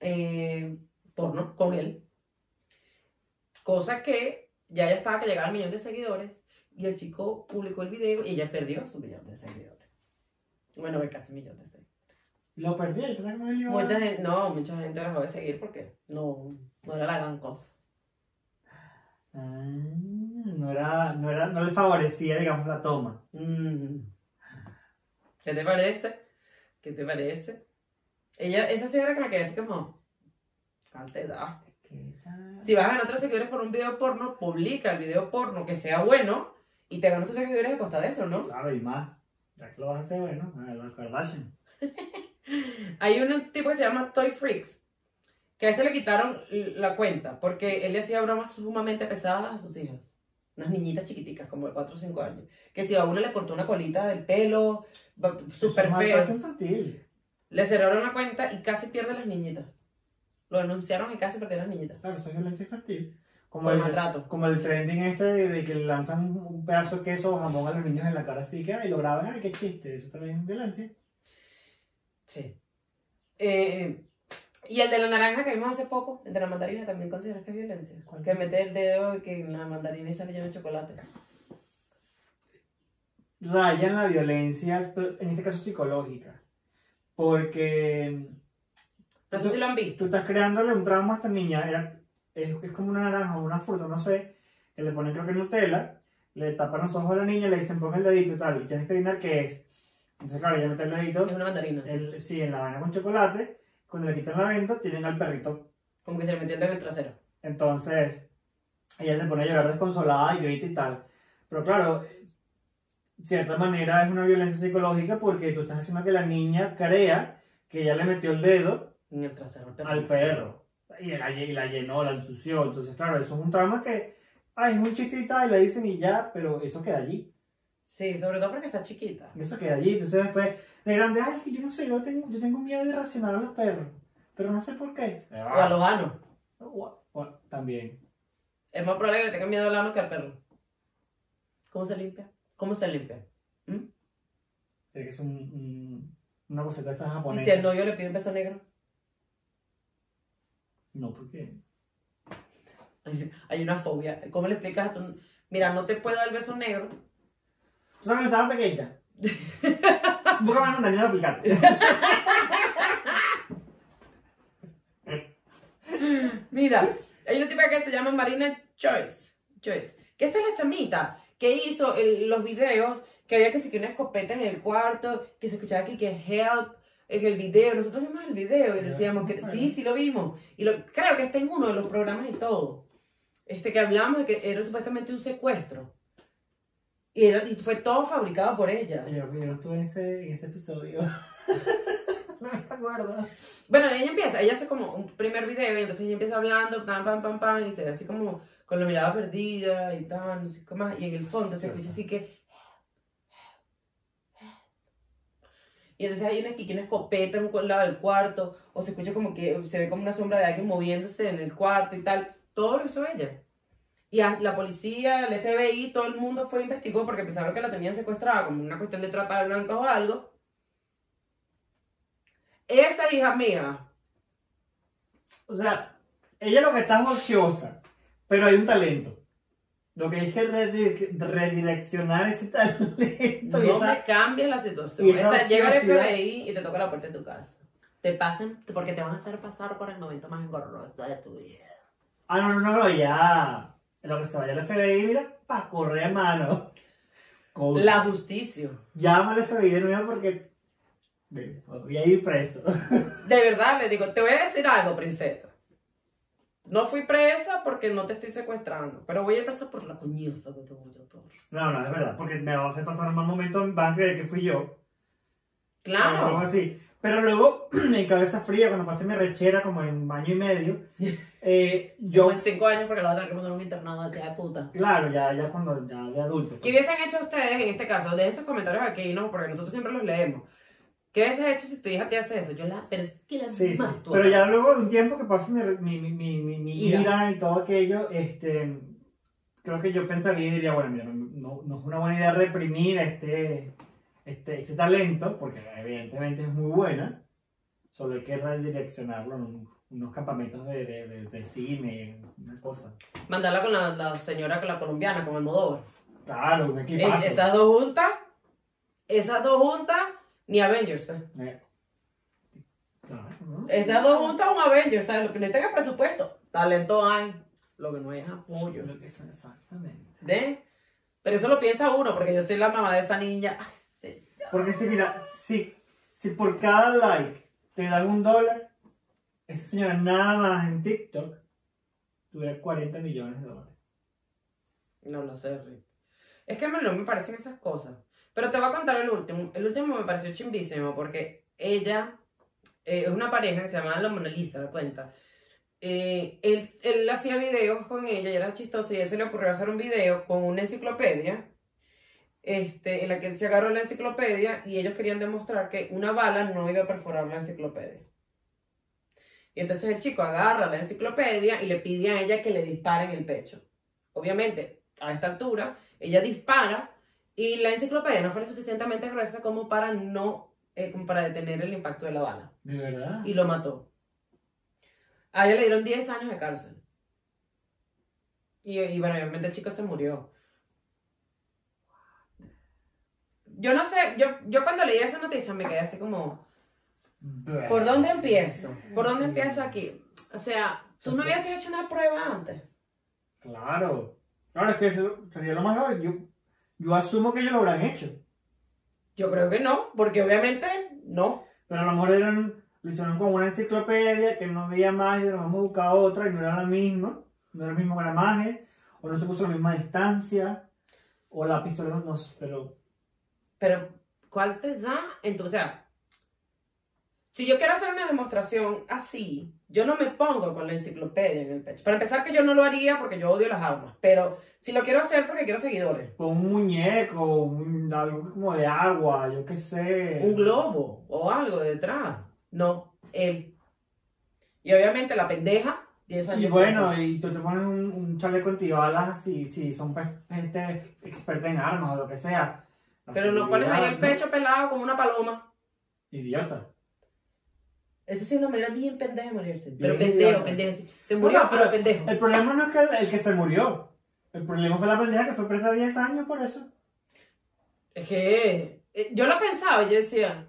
Speaker 1: eh, porno, con él. Cosa que ya ella estaba que llegaba al millón de seguidores y el chico publicó el video y ella perdió su millón de seguidores. Bueno, casi millón de seguidores.
Speaker 2: Lo perdí, yo pensaba que me lo iba a-
Speaker 1: Mucha gente, no, mucha gente dejó de seguir porque no, no era la gran cosa.
Speaker 2: Ah, no, era, no, era, no le favorecía, digamos, la toma.
Speaker 1: Mm. ¿Qué te parece? ¿Qué te parece? Ella, esa señora que me quedé así como, cantidad. Si vas a ganar otros seguidores por un video porno, publica el video porno que sea bueno y te ganas tus seguidores a costa de eso, ¿no?
Speaker 2: Claro, y más. Ya que lo vas a hacer, bueno, a los Kardashian.
Speaker 1: Hay un tipo que se llama Toy Freaks, que a este le quitaron la cuenta porque él le hacía bromas sumamente pesadas a sus hijos. Unas niñitas chiquiticas, como de 4 o 5 años. Que si a uno le cortó una colita del pelo, va- súper
Speaker 2: Eso es
Speaker 1: feo.
Speaker 2: maltrato infantil.
Speaker 1: Le cerraron la cuenta y casi pierde las niñitas. Lo anunciaron y casi perdió las niñitas.
Speaker 2: Claro, eso es violencia infantil. Como
Speaker 1: Por
Speaker 2: el,
Speaker 1: maltrato.
Speaker 2: como el trending este de, de que lanzan un- un pedazo de queso o jamón a los niños en la cara así que, y lo graban, ay, qué chiste, eso también es violencia.
Speaker 1: Sí. Eh, y el de la naranja que vimos hace poco, el de la mandarina, también consideras que es violencia.
Speaker 2: ¿Cuál?
Speaker 1: Que mete el dedo y que en la mandarina y sale lleno de chocolate.
Speaker 2: raya en la violencia, pero en este caso psicológica. Porque
Speaker 1: No sé si lo han visto.
Speaker 2: tú estás creándole un trauma a esta niña, era, es, es como una naranja o una fruta, no sé, que le ponen creo que Nutella, le tapan los ojos a la niña, le dicen ponga el dedito y tal, y tienes que adivinar qué es. Entonces, claro, ella mete el dedito,
Speaker 1: Es una mandarina, sí.
Speaker 2: el- sí, en la banana con chocolate, cuando le quitan la venda, tienen al perrito
Speaker 1: Como que se le metió el dedo en el trasero.
Speaker 2: entonces, ella se pone a llorar desconsolada y grita y tal. Pero claro, de cierta manera es una violencia psicológica porque tú estás haciendo que la niña crea que ella le metió el dedo
Speaker 1: En el trasero. pero-
Speaker 2: al perro y la, lle- y la llenó, la ensució. Entonces, claro, eso es un trauma que, ay, es un chiste y tal, y le dicen y ya, pero eso queda allí.
Speaker 1: Sí, sobre todo porque está chiquita.
Speaker 2: Eso queda allí. Entonces, después, de grande, ay, es que yo no sé, yo tengo, yo tengo miedo irracional a los perros, pero no sé por qué.
Speaker 1: O a los anos.
Speaker 2: O- o- También.
Speaker 1: Es más probable que le tengan miedo al ano que al perro. ¿Cómo se limpia? ¿Cómo se limpia?
Speaker 2: Tiene que ser un, un- una coseta esta
Speaker 1: Y si
Speaker 2: japonesa.
Speaker 1: el novio le pide un beso negro.
Speaker 2: No, porque.
Speaker 1: Hay- Hay una fobia. ¿Cómo le explicas a tu... Mira, no te puedo dar el beso negro.
Speaker 2: Tú sabes que estaba pequeña. Busca más montaña de aplicar.
Speaker 1: Mira, hay una tipa que se llama Marina Choice. Choice. Que esta es la chamita que hizo el- los videos que había que si que una escopeta en el cuarto, que se escuchaba aquí que help en el video. Nosotros vimos el video y
Speaker 2: Ya,
Speaker 1: decíamos que
Speaker 2: bueno.
Speaker 1: sí, sí lo vimos. Y lo, creo que está en uno de los programas y todo. Este que hablamos de que era supuestamente un secuestro. Y, era, y fue todo fabricado por ella.
Speaker 2: Yo, yo no estuve en ese, en ese episodio. no me acuerdo.
Speaker 1: Bueno, ella empieza, ella hace como un primer video y entonces ella empieza hablando, pam, pam, pam, pam, y se ve así como con la mirada perdida y tal, no sé qué más, y en el fondo se escucha así que... Y entonces hay una que tiene escopeta en un lado del cuarto, o se escucha como que se ve como una sombra de alguien moviéndose en el cuarto y tal. Todo lo hizo ella. Y a- la policía, el FBI, todo el mundo fue e investigó porque pensaron que la tenían secuestrada como una cuestión de trata de blancas o algo. Esa hija mía.
Speaker 2: O sea, ella lo que está es ociosa, pero hay un talento. Lo que hay es que redir- redireccionar ese talento.
Speaker 1: No
Speaker 2: y esa-
Speaker 1: me cambies la situación.
Speaker 2: y esa
Speaker 1: Esa, llega el
Speaker 2: ociosidad.
Speaker 1: FBI y te toca la puerta de tu casa. Te pasan porque te van a hacer pasar por el momento más engorroso de tu vida.
Speaker 2: Ah, no, no, no, no, ya. Lo que se vaya al FBI, mira, para correr a mano. Con-
Speaker 1: La justicia.
Speaker 2: Llama al FBI de nuevo porque Ven, voy a ir preso.
Speaker 1: De verdad, le digo, te voy a decir algo, princesa. No fui presa porque no te estoy secuestrando, pero voy a ir presa por la coñosa que te voy a dar.
Speaker 2: No, no, es verdad, porque me va a hacer pasar un mal momento, van a creer que fui yo. O algo
Speaker 1: Claro.
Speaker 2: así. Pero luego, en cabeza fría, cuando pasé mi rechera, como en un año y medio, eh,
Speaker 1: Yo
Speaker 2: yo,
Speaker 1: en cinco años porque la voy a tener que poner un internado así de puta.
Speaker 2: claro, ya, ya cuando, ya de adulto. pues.
Speaker 1: ¿Qué hubiesen hecho ustedes en este caso? Dejen sus comentarios aquí, ¿no? Porque nosotros siempre los leemos. ¿Qué hubieses hecho si tu hija te hace eso? Yo la... Pero es que la
Speaker 2: Sí, sí.
Speaker 1: mato.
Speaker 2: Pero ya luego de un tiempo que pasó mi, mi, mi, mi, mi- mi
Speaker 1: Ira.
Speaker 2: ira y todo aquello, este, creo que yo pensaría y diría, bueno, mira, no, no es una buena idea reprimir este, este, este talento, porque evidentemente es muy buena, solo hay que redireccionarlo en un- unos campamentos de, de, de, de cine, una cosa.
Speaker 1: Mandarla con la, la señora, con la colombiana, con Almodóvar.
Speaker 2: Claro, un
Speaker 1: Eh,
Speaker 2: equipazo.
Speaker 1: esas dos juntas, esas dos juntas, ni Avengers. pues.
Speaker 2: Eh, claro, ¿no?
Speaker 1: Esas dos juntas, un Avengers, ¿sabes? Lo que le tenga presupuesto, talento hay. Lo que no hay es apoyo.
Speaker 2: Lo que son exactamente.
Speaker 1: ¿Ve? Pero eso lo piensa uno, porque yo soy la mamá de esa niña. Ay, este-
Speaker 2: Porque si, mira, si, si por cada like te dan un dólar, esa señora nada más en TikTok tuviera 40 millones de dólares.
Speaker 1: No lo sé, Rick. Es que me- no me parecen esas cosas. Pero te voy a contar el último. El último me pareció chimbísimo porque ella eh, es una pareja que se llamaba la Mona Lisa, la cuenta. Eh, él, él hacía videos con ella y era chistoso y a él se le ocurrió hacer un video con una enciclopedia este, en la que él se agarró la enciclopedia y ellos querían demostrar que una bala no iba a perforar la enciclopedia. Y entonces el chico agarra la enciclopedia y le pide a ella que le dispare en el pecho. Obviamente, a esta altura, ella dispara y la enciclopedia no fue lo suficientemente gruesa como para no eh, como para detener el impacto de la bala
Speaker 2: ¿De verdad?
Speaker 1: y lo mató. A ella le dieron 10 años de cárcel. Y, y bueno, obviamente el chico se murió. Yo no sé, yo, yo cuando leí esa noticia me quedé así como, ¿por dónde empiezo? ¿Por dónde empiezo aquí? O sea, ¿tú no hubieses hecho una prueba antes?
Speaker 2: Claro. Claro, es que eso sería lo más grave. Yo, yo asumo que ellos lo habrán hecho.
Speaker 1: Yo creo que no, porque obviamente no.
Speaker 2: Pero a lo mejor eran, lo hicieron con una enciclopedia que no había más y dijeron, vamos a buscar otra y no era la misma, no era el mismo gramaje, o no se puso a la misma distancia, o la pistola, no sé, pero
Speaker 1: Pero, ¿cuál te da? Entonces, o sea, si yo quiero hacer una demostración así, yo no me pongo con la enciclopedia en el pecho. Para empezar, que yo no lo haría porque yo odio las armas, pero si lo quiero hacer porque quiero seguidores.
Speaker 2: con un muñeco, un- algo como de agua, yo qué sé.
Speaker 1: un globo o algo detrás. No, él. Y obviamente la pendeja, 10 años.
Speaker 2: Y bueno,
Speaker 1: más.
Speaker 2: y tú te pones un, un chaleco antibalas si, si son pues, gente experta en armas o lo que sea. La
Speaker 1: pero no pones ahí el
Speaker 2: seguridad, ¿no?
Speaker 1: pecho pelado como una paloma.
Speaker 2: Idiota.
Speaker 1: Esa sí es una manera bien pendeja de morirse. Pero
Speaker 2: Bien
Speaker 1: pendejo,
Speaker 2: idiota.
Speaker 1: pendejo. sí. Se murió,
Speaker 2: Bueno,
Speaker 1: pero pendejo.
Speaker 2: El problema no es que el, el que se murió. El problema fue la pendeja que fue presa 10 años por eso.
Speaker 1: Es que eh, yo lo pensaba, yo decía,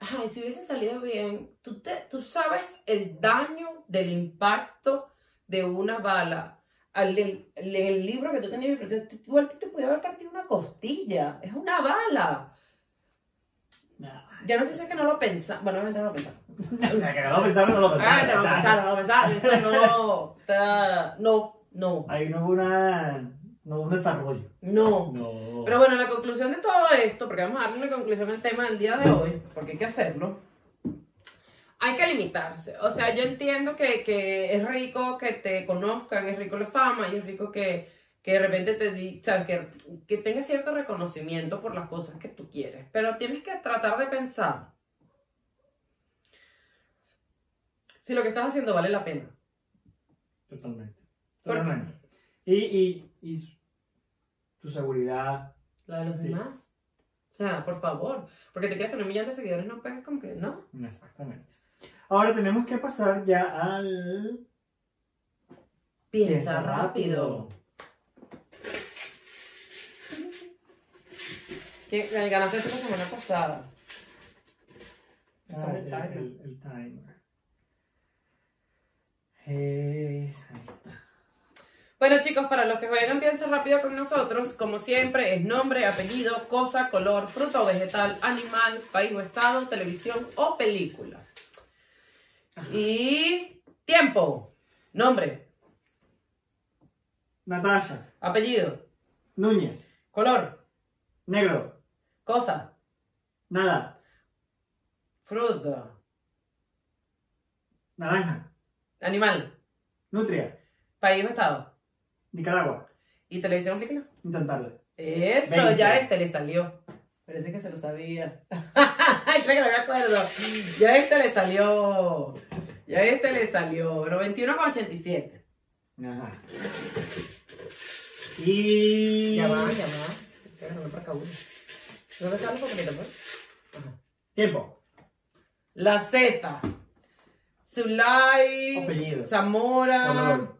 Speaker 1: ay, si hubiese salido bien, tú, te, tú sabes el daño del impacto de una bala. Al, el, el- el libro que tú tenías enfrente, tú- igual tú te podía haber partido una costilla, es una bala. Ya no sé si es que no lo pensaba, bueno, obviamente no lo pensaba.
Speaker 2: La cagada pensar no lo pensaba.
Speaker 1: Ah, te vamos a pensar, te vamos a pensar, esto no, está- no, no,
Speaker 2: Ahí no hubo una. No hubo un desarrollo.
Speaker 1: no.
Speaker 2: No.
Speaker 1: Pero bueno, la conclusión de todo esto, porque vamos a darle una conclusión al tema del día de hoy, porque hay que hacerlo. Hay que limitarse. O sea, yo entiendo que, que es rico que te conozcan, es rico la fama y es rico que, que de repente te di, sabes, que, que tengas cierto reconocimiento por las cosas que tú quieres. Pero tienes que tratar de pensar si lo que estás haciendo vale la pena.
Speaker 2: Totalmente.
Speaker 1: ¿Por qué?
Speaker 2: Totalmente. Y, y, y tu seguridad.
Speaker 1: La de los
Speaker 2: Sí.
Speaker 1: demás. O sea, por favor. Porque tú quieres tener un millón de seguidores, no puedes como que, ¿no?
Speaker 2: Exactamente. Ahora tenemos que pasar ya al.
Speaker 1: Piensa rápido. Que me ganaste tú la semana pasada.
Speaker 2: Ah, el, el- el timer. Eh, ahí está.
Speaker 1: Bueno chicos, para los que juegan Piensa rápido con nosotros, como siempre, es nombre, apellido, cosa, color, fruta o vegetal, animal, país o estado, televisión o película. Y tiempo. Nombre,
Speaker 2: Natasha.
Speaker 1: apellido,
Speaker 2: Núñez.
Speaker 1: color,
Speaker 2: Negro.
Speaker 1: cosa,
Speaker 2: Nada.
Speaker 1: fruta,
Speaker 2: Naranja.
Speaker 1: animal,
Speaker 2: Nutria.
Speaker 1: país o estado.
Speaker 2: Nicaragua.
Speaker 1: Y televisión o película.
Speaker 2: Intentarlo.
Speaker 1: Eso,
Speaker 2: Veinte.
Speaker 1: ya este le salió. Parece que se lo sabía. Yo que no me acuerdo. Ya este le salió. Ya este le salió. 91,87.
Speaker 2: Ajá. Y.
Speaker 1: Ya va, ya va. Ya no me marca uno. ¿Dónde está el papelito, pues? Ajá.
Speaker 2: Tiempo.
Speaker 1: La Z. Zulay.
Speaker 2: Apellido.
Speaker 1: Zamora.
Speaker 2: Color.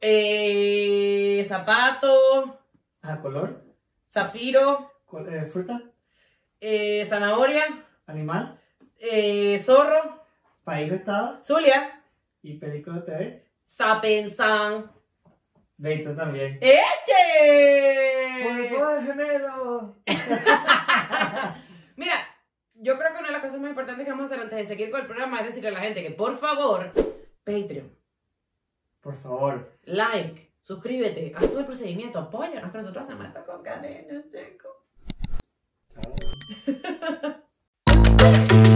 Speaker 1: eh, zapato.
Speaker 2: Ajá, Ah, color.
Speaker 1: Zafiro.
Speaker 2: Col- eh, fruta.
Speaker 1: eh, zanahoria.
Speaker 2: Animal.
Speaker 1: eh, zorro.
Speaker 2: País o estado.
Speaker 1: Zulia.
Speaker 2: Y película de TV.
Speaker 1: Sapensan.
Speaker 2: 20 también. ¡Por el
Speaker 1: ¡Eche!
Speaker 2: poder gemelo!
Speaker 1: Mira, yo creo que una de las cosas más importantes que vamos a hacer antes de seguir con el programa es decirle a la gente que por favor, Patreon,
Speaker 2: Por favor.
Speaker 1: like, suscríbete, haz todo el procedimiento, apóyanos, que nosotros hacemos esto con cariño, chicos.